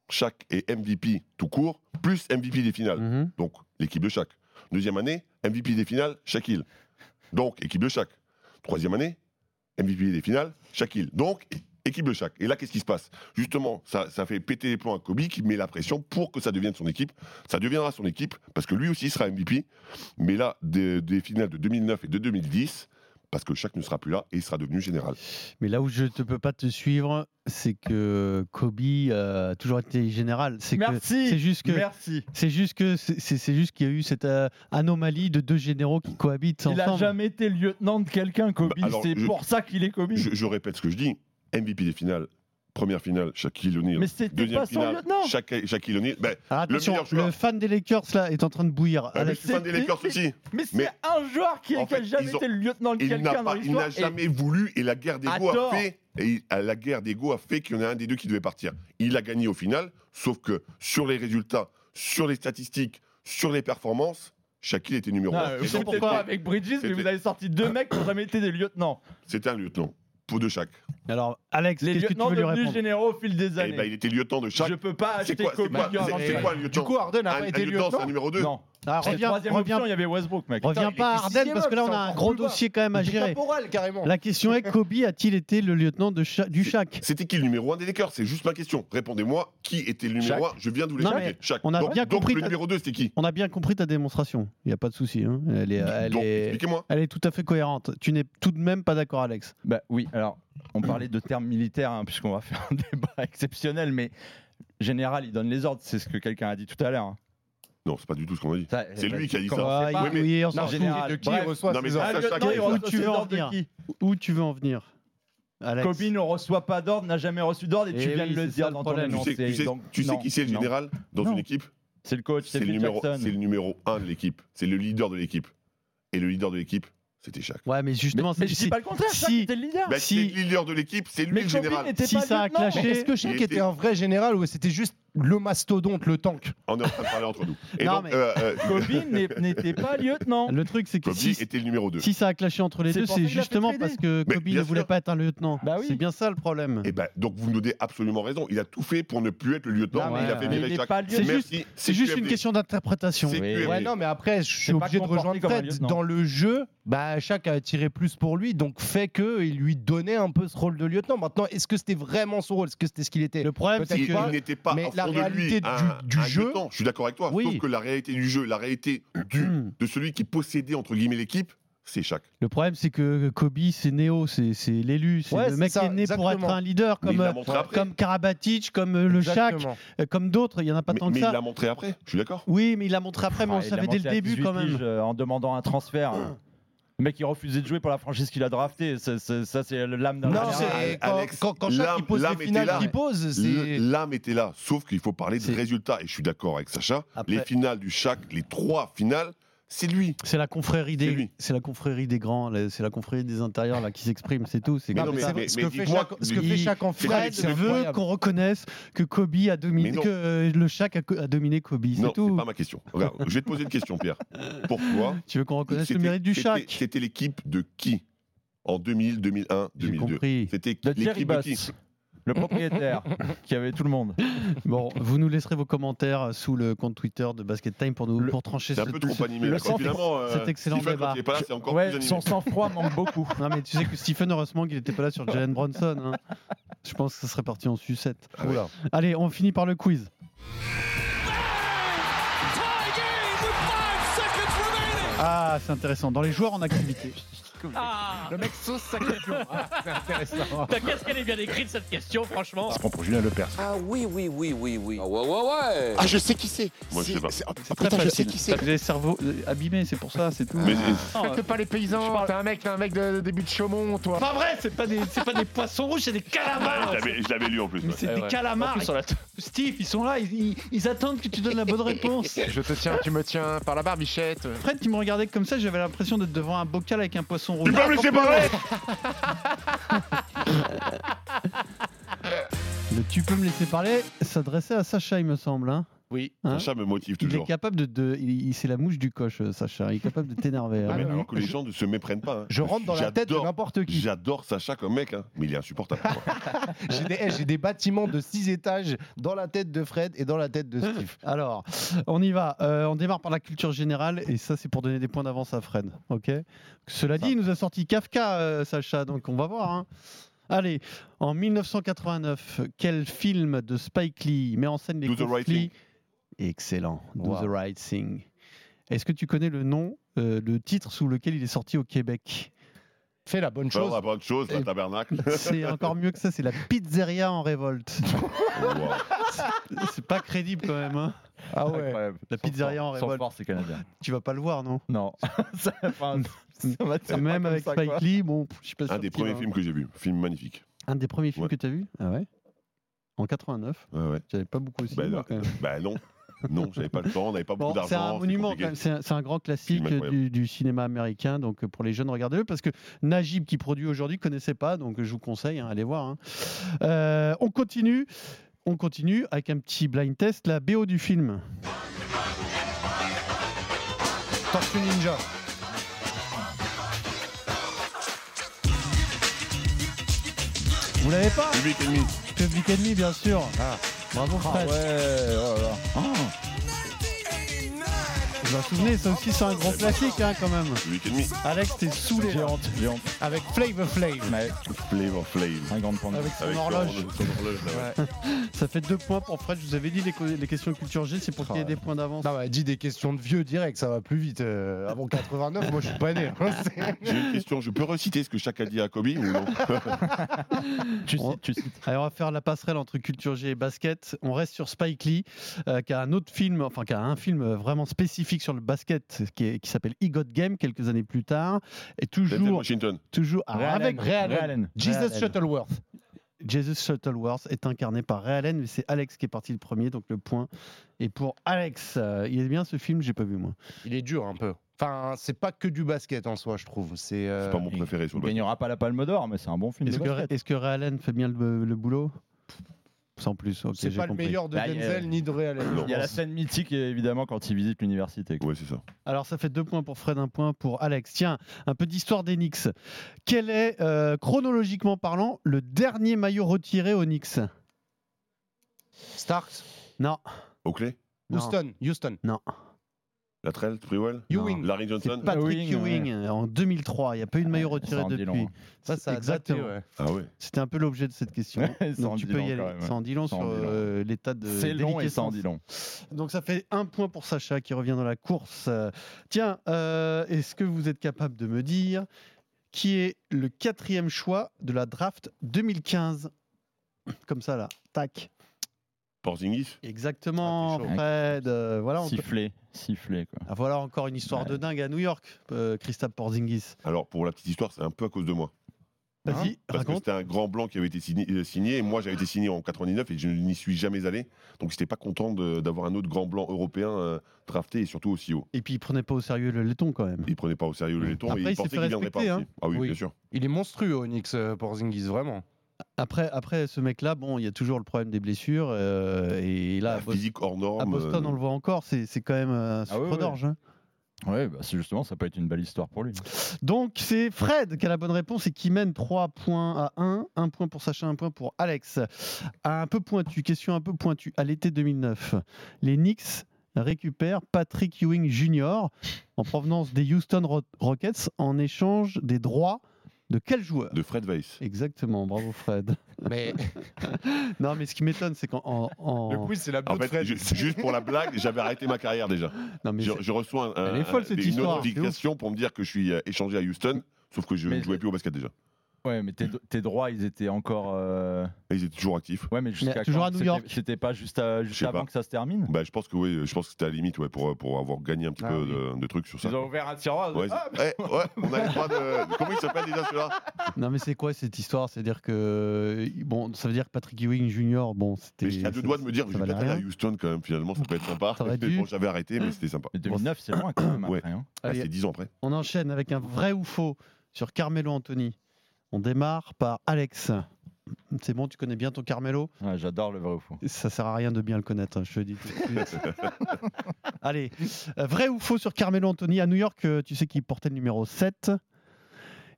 Shaq est MVP tout court, plus MVP des finales. Mhm. Donc l'équipe de Shaq. Deuxième année, MVP des finales, Shaquille. Donc équipe de Shaq. Troisième année, MVP des finales, Shaquille. Donc, équipe de Shaq. Et là, qu'est-ce qui se passe Justement, ça, ça fait péter les plombs à Kobe qui met la pression pour que ça devienne son équipe. Ça deviendra son équipe parce que lui aussi sera MVP. Mais là, des, des finales de 2009 et de 2010, parce que Shaq ne sera plus là et il sera devenu général. Mais là où je ne peux pas te suivre, c'est que Kobe euh, a toujours été général. C'est que Merci. c'est juste que Merci. c'est juste que c'est- c'est c'est juste qu'il y a eu cette euh, anomalie de deux généraux qui cohabitent Il a ensemble. jamais été lieutenant de quelqu'un, Kobe. Bah, alors, c'est je- pour ça qu'il est Kobe. Je, je répète ce que je dis. MVP des finales, première finale, Shaquille O'Neal. Mais c'était Deuxième pas son finale, lieutenant. Shaq- Shaquille O'Neal. Ben, Alors le attention, meilleur le, joueur. fan des Lakers là est en train de bouillir. Ah, mais Alex, je suis fan des Lakers aussi. Mais c'est Mais un joueur qui en n'a fait, jamais ils ont- été le lieutenant de Il n'a quelqu'un dans pas- il l'histoire. n'a jamais voulu et la guerre d'ego Attends. a fait et il- ah, la guerre d'ego a fait qu'il y en a un des deux qui devait partir. Il a gagné au final, sauf que sur les résultats, sur les statistiques, sur les performances, Shaquille était numéro Non, un. euh, Et vous donc, étiez pas C'était avec Bridges, mais c'était- vous avez sorti deux mecs qui n'ont jamais été des lieutenants. c'était un lieutenant, peau de Shaq. Alors Alex, Les qu'est-ce que tu lieutenants veux lui devenus répondre généraux au fil des Eh ben, années. il était lieutenant de Shaq. Je peux pas C'est acheter quoi, c'est Kobe. quoi, Durant c'est- c'est les- quoi un lieutenant Du coup, Arden n'a Un- pas un été lieutenant, c'est lieutenant. un numéro 2 Non. Ah, Sur la reviens, troisième reviens- option, il y avait Westbrook, mec. Putain, reviens pas à il est sixième, Arden parce que là on a c'est un encore gros plus bas. dossier quand même à Il est gérer. caporal, carrément. La question est Kobe a-t-il été le lieutenant de Sha- du Shaq C'était qui le numéro 1 des Lakers C'est juste ma question. Répondez-moi, qui était le numéro 1 Je viens de vous Non, l'expliquer. mais Shaq. on a donc, bien donc, compris le ta- numéro 2, c'était qui On a bien compris ta démonstration. Il n'y a pas de souci. hein. Elle est, elle Donc, est- expliquez-moi. elle est tout à fait cohérente. Tu n'es tout de même pas d'accord, Alex. Bah oui, alors on parlait de termes militaires, hein, puisqu'on va faire un [LAUGHS] débat exceptionnel, mais général, il donne les ordres, c'est ce que quelqu'un a dit tout à l'heure. hein. Non, c'est pas du tout ce qu'on a dit. Ça, C'est lui qui a dit ça. Ah, pas- il- oui, on Non, s'en fout. général, de qui bref. reçoit Non, mais ses ça, ordres Ah, ça, le- ça, non, il ça, reçoit ça, tu ses veux en ordres de venir. qui Où tu veux en venir, Alex Kobe ne reçoit pas d'ordre, n'a jamais reçu d'ordre, et, Eh tu viens oui, de le c'est dire ça le dans ton problème. Tu annonce. sais, et tu sais- donc- tu sais non, qui c'est le non. général dans Non. une équipe C'est le coach, C'est c'est le, Phil numéro, Jackson. c'est le numéro 1 de l'équipe. C'est le leader de l'équipe. Et le leader de l'équipe, C'était Shaq. Ouais, mais justement, Mais je dis pas le contraire, Shaq était le leader. Bah, c'est le leader de l'équipe, c'est lui le général. Si ça a clashé, Est-ce que Shaq Il était un vrai général ou c'était juste le mastodonte, le tank On est en train de parler entre nous. Et Non, donc, mais- euh, euh, Kobe n'est- n'était [LAUGHS] pas lieutenant. Le truc, c'est que Kobe si, était le numéro 2. si ça a clashé entre les C'est deux, pour ça c'est qu'il a fait justement trader. parce que Mais Kobe bien ne voulait sûr. pas être un lieutenant. Bah oui. C'est bien ça le problème. Et ben, donc vous me donnez absolument raison. Il a tout fait pour ne plus être le lieutenant. Non, mais il a mais- fait mais virer il est Shaq. pas le C'est Merci, juste, c'est c'est juste une QFD. question d'interprétation. C'est Oui. QFD. Ouais, non, mais après, je suis C'est pas obligé de comporté rejoindre comme un Fred. lieutenant. Dans le jeu, bah, Shaq a tiré plus pour lui, donc fait que il lui donnait un peu ce rôle de lieutenant. Maintenant, est-ce que c'était vraiment son rôle Est-ce que c'était ce qu'il était Le problème, Peut-être c'est Il, que. il n'était pas mais au la fond de lui réalité un- du- du un jeu- lieutenant. Je suis d'accord avec toi. Oui. Sauf que la réalité du jeu, la réalité du, de celui qui possédait entre guillemets l'équipe, c'est Shaq. Le problème, c'est que Kobe, c'est Néo, c'est c'est l'élu, c'est Ouais, le c'est mec ça, qui est né pour être exactement. un leader, Mais il comme, l'a euh, montré après. comme Karabatic, comme euh, le Shaq, Exactement. euh, comme d'autres. Il n'y en a pas mais tant que mais il ça. l'a montré après. Je suis d'accord. Oui, mais il l'a montré après, mais on Ah, le il l'a savait dès le monté à début 18 quand même. piges, euh, en demandant un [COUGHS] transfert. Le mec, il refusait de jouer pour la franchise qu'il a drafté. Ça, ça- ça, c'est l'âme d'un Non, général. c'est- quand, Alex, quand, quand Shaq l'âme- il pose l'âme les était finales là. qu'il pose, c'est. Le- L'âme était là. Sauf qu'il faut parler de C'est- résultats. Et je suis d'accord avec Sacha. Après- Les finales du Shaq, les trois finales, c'est lui. C'est la confrérie C'est des, lui. c'est la confrérie des grands, là, c'est la confrérie des intérieurs là qui s'exprime, c'est tout. C'est Mais comme non, mais- ça. mais- ce mais que fait dis-moi- Shaq- ce que fait Il- Shaq en c'est Fred, pas- c'est Il veut incroyable. qu'on reconnaisse que Kobe a dominé, Mais non. que euh, le Shaq a, co- a dominé Kobe, c'est Non, c'est tout. pas ma question. Regarde, je vais te poser une question, Pierre. Pourquoi Tu veux qu'on reconnaisse le C'était- mérite du c'était- Shaq C'était l'équipe de qui En 2000, 2001, J'ai 2002. compris. C'était De Jerry l'équipe de Buss, qui le propriétaire, qui avait tout le monde. Bon, vous nous laisserez vos commentaires sous le compte Twitter de Basket Time pour nous Le- pour trancher C'est ce, un peu trop ce- animé. le là, quoi. centre- Finalement, euh, cet excellent Stephen, débat. Quand il est pas là, c'est encore Ouais, plus animé. son sang-froid [LAUGHS] manque beaucoup. Non mais tu sais que Stephen heureusement qu'il n'était pas là sur Jalen Bronson. hein. Je pense que ça serait parti en sucette. Ah ouais. Oula. Allez, on finit par le quiz. Ah, c'est intéressant. Dans les joueurs en activité. Ah, Le mec sauce sa question. Ah, c'est intéressant. bah, qu'est-ce qu'elle est bien écrite cette question, franchement. prend pour Julien Lepers. Ah oui, oui, oui, oui, oui. Ah, je sais qui c'est. Moi, je C'est- sais pas. c'est- oh, putain, C'est très je facile. sais qui c'est. Vous avez le cerveau euh, abîmé, c'est pour ça, c'est tout. Mais- Respecte pas les paysans, t'es un mec, t'es un mec de, de début de Chaumont, toi. Pas vrai, c'est pas des, c'est pas des poissons rouges, c'est des calamars. Ouais, je l'avais- je l'avais lu en plus. Mais ouais. c'est Ouais, des ouais. calamars. En plus, on l'a- Steve, ils sont là, ils, ils- ils attendent que tu donnes la bonne [LAUGHS] réponse. Je te tiens, tu me tiens par la barbichette. Fred qui me regardait comme ça, j'avais l'impression d'être devant un bocal avec un poisson rouge. Tu peux me laisser parler Le tu peux me laisser parler s'adressait à Sacha, il me semble. hein. Oui. Hein Sacha me motive il est toujours. capable de. de- il, il- c'est la mouche du coche, euh, Sacha. Il est capable de [LAUGHS] t'énerver. Non, hein. mais Ah, alors oui. que les gens ne se méprennent pas. hein. Je rentre dans la tête de J'adore- n'importe qui. J'adore Sacha comme mec, hein, mais il est [LAUGHS] insupportable. quoi. J'ai des, eh, j'ai des bâtiments de 6 étages dans la tête de Fred et dans la tête de Steve. Alors, on y va. Euh, on démarre par la culture générale, et ça, c'est pour donner des points d'avance à Fred. Ok. Cela dit, il nous a sorti Kafka, euh, Sacha, donc on va voir. hein. Allez, en 1989, quel film de Spike Lee met en scène les Do the Right conflits Excellent. Do Wow. the Right Thing. Est-ce que tu connais le nom, euh, le titre sous lequel il est sorti au Québec Fais la bonne Enfin, on chose. va prendre une chose, la tabernacle. C'est encore mieux que ça. C'est la pizzeria en révolte. [LAUGHS] Wow. C'est pas crédible quand même. hein. Ah ouais. Incroyable. La pizzeria en Sans révolte. force, c'est canadien. Tu vas pas le voir, non Non. [LAUGHS] ça, enfin, ça va te faire pas Même comme avec ça, Spike quoi. Lee, bon, je suis pas sûr Un des qu'il premiers va- films que j'ai vu. Film magnifique. Un des premiers films Ouais. que tu as vu Ah ouais En 89 Ouais, ouais. J'avais pas beaucoup aussi. Bah, non, bah non. Non, j'avais pas le temps, on n'avait pas beaucoup d'argent. c'est un c'est monument, quand compliqué. même. C'est un, c'est un grand classique euh, incroyable. du, du cinéma américain. Donc euh, pour les jeunes, regardez-le parce que Najib qui produit aujourd'hui connaissait pas. Donc euh, je vous conseille, hein, allez voir. hein. Euh, on continue, on continue avec un petit blind test. La BO du film. Tortue Ninja. Vous l'avez pas Public Enemy. Public Enemy, bien sûr. Bravo Fred. Ouais, oh là là. Vous vous en souvenez, ça aussi c'est un grand classique hein, quand même. Public Enemy. Alex, t'es saoulé. là. J'ai honte, j'ai honte. Avec Flavor Flav. Ouais, Flavor Flame. un grand point. Avec son Avec horloge. son- son horloge, là, ouais. Ça fait deux points pour Fred. Je vous avais dit les, co- les questions culture G, c'est pour qu'il y ait des points d'avance. Non, bah, dis des questions de vieux direct, ça va plus vite. Euh, avant 89, moi je suis pas né. hein, c'est- J'ai une question, je peux reciter ce que Shaq a dit à Kobe ou [LAUGHS] non [LAUGHS] Tu cites, On- Oh, tu cites. Allez, on va faire la passerelle entre culture G et basket. On reste sur Spike Lee, euh, qui a un autre film, enfin qui a un film euh, vraiment spécifique sur le basket, qui, est- qui s'appelle E Got Game quelques années plus tard, et Denzel toujours, Washington. toujours alors, Ray avec Allen. Ray Allen. Ray Allen. Jesus Allen. Shuttleworth. Jesus Shuttleworth est incarné par Ray Allen, mais c'est Alex qui est parti le premier, donc le point est pour Alex. Euh, il est bien ce film, j'ai pas vu moi. Il est dur un peu. Enfin, c'est pas que du basket en soi, je trouve. C'est euh, pas mon préféré sur le Il gagnera pas la Palme d'Or, mais c'est un bon film. Est-ce de que, basket. est-ce que Ray Allen fait bien le, le boulot Sans plus. ok, C'est j'ai pas le compris. meilleur de Bah, il y a- Denzel ni de Real. Il y a la scène mythique, évidemment, quand il visite l'université. quoi. Ouais, c'est ça. Alors ça fait deux points pour Fred, un point pour Alex. Tiens, un peu d'histoire d'Enix. Quel est, euh, chronologiquement parlant, le dernier maillot retiré au Knicks Starks, Non. Oakley Non. Houston, Houston. Non. Latrell Sprewell Ewing. Larry Johnson C'est Patrick Ewing, Ewing en 2003. Il n'y a pas eu de maillot retiré en dit depuis. long, hein. Ça, ça a daté, Exactement. ouais. Ah ouais. C'était un peu l'objet de cette question. [LAUGHS] Ça en Donc tu dit peux long, y quand aller. même, Ça en dit long Ça sur en dit long. euh, l'état de C'est long et ça en déliquescence. dit long. Donc ça fait un point pour Sacha qui revient dans la course. Euh, Tiens, euh, est-ce que vous êtes capable de me dire qui est le quatrième choix de la draft 2015 Comme ça là, tac. Porzingis Exactement, Ah, t'es chaud. Fred. Euh, voilà, on- Sifflé, sifflé, quoi. Ah, voilà encore une histoire de dingue à New York, euh, Christophe Porzingis. Alors, pour la petite histoire, c'est un peu à cause de moi. Vas-y, Parce que raconte. c'était un grand blanc qui avait été signé, euh, signé, et moi j'avais été signé en 99 et je n'y suis jamais allé. Donc j'étais pas content de- d'avoir un autre grand blanc européen euh, drafté et surtout aussi haut. Et puis il prenait pas au sérieux le laiton quand même. Il prenait pas au sérieux le laiton Après, et il il s'est pensait fait qu'il viendrait pas respecter, hein. aussi. Ah oui, Oui. bien sûr. Il est monstrueux, Onyx euh, Porzingis, vraiment. Après, après ce mec-là, bon, il y a toujours le problème des blessures. euh, et là, à, La Bos- physique hors norme. à Boston, Ah, euh, on le voit encore, c'est c'est quand même un Ah oui, sucre oui. d'orge. hein. Ouais, bah, c'est justement, ça peut être une belle histoire pour lui. Donc c'est Fred qui a la bonne réponse et qui mène 3 points à 1. 1 point pour Sacha, 1 point pour Alex. Un peu pointu, question un peu pointue. À l'été 2009, les Knicks récupèrent Patrick Ewing Jr. en provenance des Houston Ro- Rockets en échange des droits de quel joueur De Fred Weiss. Exactement, bravo Fred. [LAUGHS] Mais [LAUGHS] Non mais ce qui m'étonne c'est qu'en... en- Oh. en- le quiz, c'est la En bonne fait, Fred. ju- juste pour la blague, j'avais arrêté ma carrière déjà. Non, mais Je, c'est- je reçois un- Elle est folle, un- cette une histoire, notification pour me dire que je suis euh, échangé à Houston, sauf que je Mais- ne jouais plus au basket déjà. Ouais, mais tes, tes droits, ils étaient encore. euh, Et ils étaient toujours actifs. Ouais, mais jusqu'à toujours quand à New C'était- York. C'était pas juste, à- juste Je sais avant pas. que ça se termine. Bah, je pense que oui, je pense que c'était à la limite ouais, pour, euh, pour avoir gagné un petit Ah peu oui. de, de trucs sur ça. Ils ont ouvert un tiroir. Ouais, Ah, c'est- Eh, ouais, on a le droit de. Comment il s'appelle déjà celui-là Non mais c'est quoi cette histoire C'est-à-dire que bon, ça veut dire que Patrick Ewing Jr. Bon, c'était. Mais j'étais à deux doigts de me dire, je ça vais valait peut-être aller à rien. Houston quand même, finalement, ça peut être sympa. Ça aurait Mais dû. bon, j'avais arrêté, mais c'était sympa. Mais 2009, c'est loin quand même Ouais. après. hein. Ah, Allez. c'est 10 ans après. On enchaîne avec un vrai ou faux sur Carmelo Anthony. On démarre par Alex. C'est bon, tu connais bien ton Carmelo. Ouais, Ah, J'adore le vrai ou faux. Ça sert à rien de bien le connaître, hein, je te le dis. tout de suite. Allez, euh, vrai ou faux sur Carmelo Anthony à New York, euh, tu sais qu'il portait le numéro 7.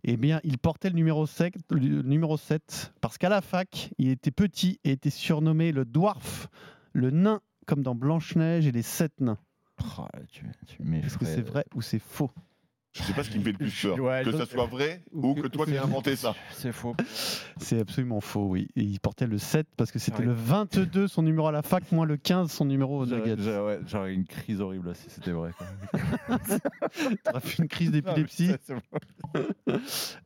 Eh bien, il portait le numéro 7, le numéro 7 parce qu'à la fac, il était petit et était surnommé le dwarf, le nain, comme dans Blanche-Neige et les sept nains. Oh, tu, tu mets Est-ce que Fred. c'est vrai ou c'est faux Je sais pas ce qui me fait le plus peur. Ouais, que donc- ça soit vrai ou que toi tu aies inventé ça. C'est faux. C'est absolument faux, oui. Et il portait le 7 parce que c'était Ouais. le 22 son numéro à la fac, moins le 15 son numéro au J'aurais Nuggets. j'aurais- j'aurais une crise horrible là, si c'était vrai. quoi. T'aurais fait une crise [LAUGHS] Non, mais [LAUGHS] d'épilepsie. ça, c'est vrai.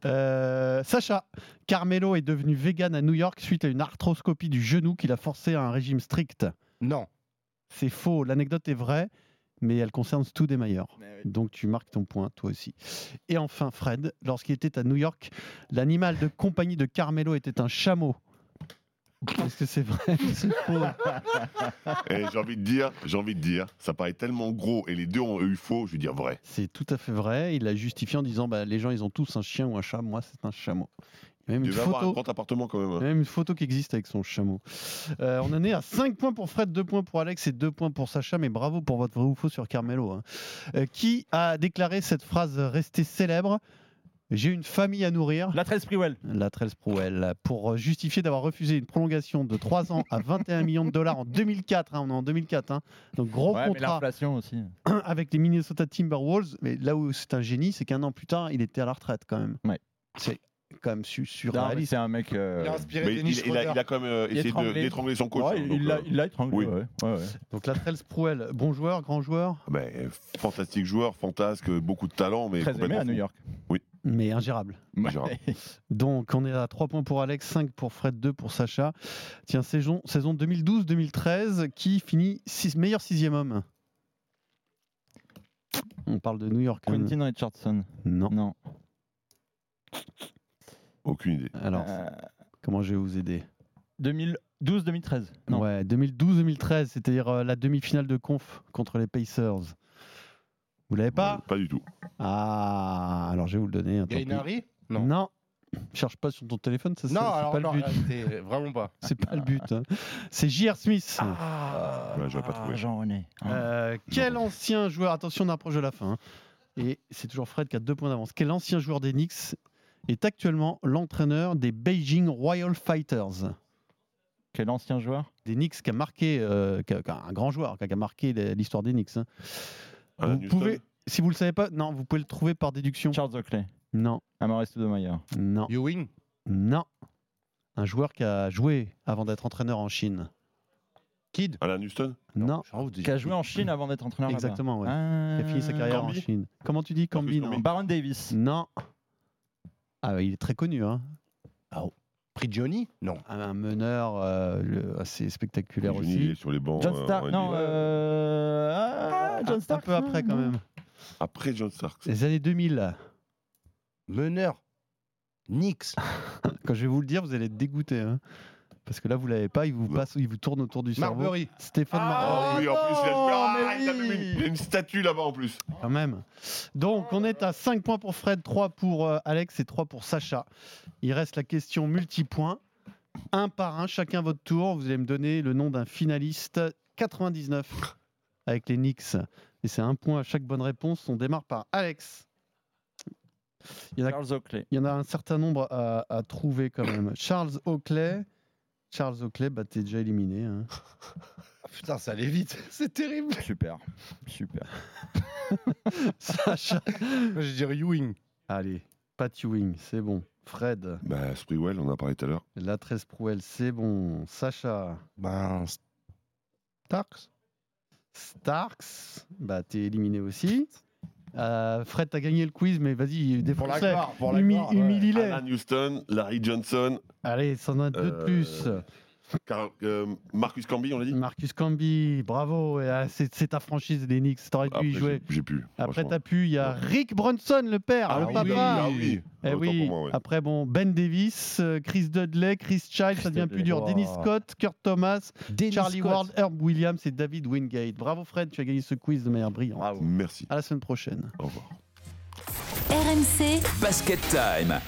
Euh, Sacha, Carmelo est devenu vegan à New York suite à une arthroscopie du genou qui l'a forcé à un régime strict. Non. C'est faux, l'anecdote est vraie, mais elle concerne Stu Desmayer. Mais oui. Donc tu marques ton point, toi aussi. Et enfin, Fred, lorsqu'il était à New York, l'animal de compagnie de Carmelo était un chameau. Est-ce que c'est vrai ou c'est faux Et Eh, j'ai envie de dire, j'ai envie de dire, ça paraît tellement gros et les deux ont eu faux, je vais dire vrai. C'est tout à fait vrai. Il l'a justifié en disant bah, les gens, ils ont tous un chien ou un chat. Moi, c'est un chameau. Il y a même Il une devait avoir un photo. grand appartement quand même. il y hein. a même une photo qui existe avec son chameau. Euh, on en est à 5 points pour Fred, 2 points pour Alex et 2 points pour Sacha, mais bravo pour votre vrai ou faux sur Carmelo. hein. Euh, qui a déclaré cette phrase restée célèbre J'ai une famille à nourrir La 13 Priwell. la 13 Prouel pour justifier d'avoir refusé une prolongation de 3 ans à 21 millions de dollars en 2004. hein, on est en 2004. hein. Donc gros Ouais, mais contrat l'inflation aussi. avec les Minnesota Timberwolves. Mais là où c'est un génie, c'est qu'un an plus tard, il était à la retraite quand même. Ouais. C'est quand même su- Non, mais surréaliste. C'est un mec. euh, Il a inspiré Mais il, Dennis il a, Schroeder. il a quand même euh, essayé de- Étranglé. d'étrangler son coach. ouais, hein, donc, il l'a- euh, il l'a étranglé. oui. ouais, ouais, ouais. Donc la 13 Prouel, bon joueur, grand joueur, ah, mais, euh, fantastique joueur, fantasque, beaucoup de talent, mais Très aimé complètement à New fou. York. mais ingérable. Genre. Donc on est à 3 points pour Alex, 5 pour Fred, 2 pour Sacha. Tiens, saison, saison 2012-2013, qui finit six- meilleur sixième homme On parle de New York. hein. Quentin Richardson. Non. Non. Aucune idée. Alors, Euh, comment je vais vous aider 2012-2013. Non. Ouais, 2012-2013, c'est-à-dire euh, la demi-finale de conf contre les Pacers. Vous l'avez pas Pas du tout. Ah, alors je vais vous le donner. tant Gainari pis. Non. non. Cherche pas sur ton téléphone, ça, c'est- Non, c'est alors pas non, euh, le but. là, c'était vraiment pas. C'est pas le but. [LAUGHS] hein. C'est J.R. Smith. Ah. Ah. J'aurais pas Ah, trouvé. Jean-René. quel ancien joueur, attention, on approche de la fin. hein. Et c'est toujours Fred qui a deux points d'avance. Quel ancien joueur des Knicks est actuellement l'entraîneur des Beijing Royal Fighters Quel ancien joueur Des Knicks qui a marqué, euh, qui a- qui a- un grand joueur, qui a qui a marqué la- l'histoire des Knicks. hein. Alan vous Ah, Houston pouvez, si vous le savez pas, non, vous pouvez le trouver par déduction. Charles Oakley. Non. Amaresto de Maillard. Non. Ah. Ewing Non. Un joueur qui a joué avant d'être entraîneur en Chine. Kid Alan Houston Non. Qui a joué en Chine avant d'être entraîneur là-bas. Exactement, ouais. Ah, Qui a fini sa carrière en Cambi Chine. Comment tu dis Cambi non Baron Davis. Non. Ah, ouais, il est très connu. Hein. Prix Johnny Non. Un, un meneur euh, le- assez spectaculaire Johnny, il est aussi. sur les bancs. John euh, Stark, en NBA. non. euh, ah, John Un Stark. peu après quand même. Après John Stark. Les années 2000. Meneur. Nix. Ah, Quand je vais vous le dire, vous allez être dégoûté. hein. Parce que là, vous l'avez pas, il vous, passe, il vous tourne autour du cerveau. Marbury. Stéphane Marbury. Ah oui, en plus, il a, non, Ah, mais il a même oui. une, il a une statue là-bas en plus. Quand même. Donc, on est à 5 points pour Fred, 3 pour euh, Alex et 3 pour Sacha. Il reste la question multipoint. Un par un, chacun votre tour. Vous allez me donner le nom d'un finaliste 99 avec les Knicks. Et c'est un point à chaque bonne réponse. On démarre par Alex. Il y en a, Charles Oakley. il y en a un certain nombre à, à trouver quand même. Charles Oakley. Charles Oakley, bah, t'es déjà éliminé. hein. [LAUGHS] Ah, Putain, ça allait vite. [LAUGHS] C'est terrible. Super. Super. Sacha. Moi, je dirais Ewing. Allez, Pat Ewing, c'est bon. Fred. Bah, Sprewell, on en a parlé tout à l'heure. La 13 Prouel, c'est bon. Sacha, Ben. Starks Starks, bah t'es éliminé aussi. Euh, Fred, t'as gagné le quiz, mais vas-y, Pour la défonce-les. gloire, pour la Humi- gloire, ouais. Humilie-les. Alan Houston, Larry Johnson, Allez, ça en a deux de Euh, plus. Car- euh, Marcus Camby, on l'a dit Marcus Camby, bravo. et, ah, C'est c'est ta franchise, les Knicks. T'aurais pu Après, y jouer. j'ai- J'ai pu. Après, franchement. t'as pu. Il y a Rick Bronson, le père, Ah le oui, papa. Ah oui. Eh Autant pour oui. moi, ouais. Après, bon, Ben Davis, euh, Chris Dudley, Chris Child, ça devient Dudley. plus dur. Oh. Dennis Scott, Kurt Thomas, Dennis Charlie Scott. Ward, Herb Williams et David Wingate. Bravo, Fred, tu as gagné ce quiz de manière brillante. Merci. Ah. À la semaine prochaine. Au revoir. RMC, Basket Time.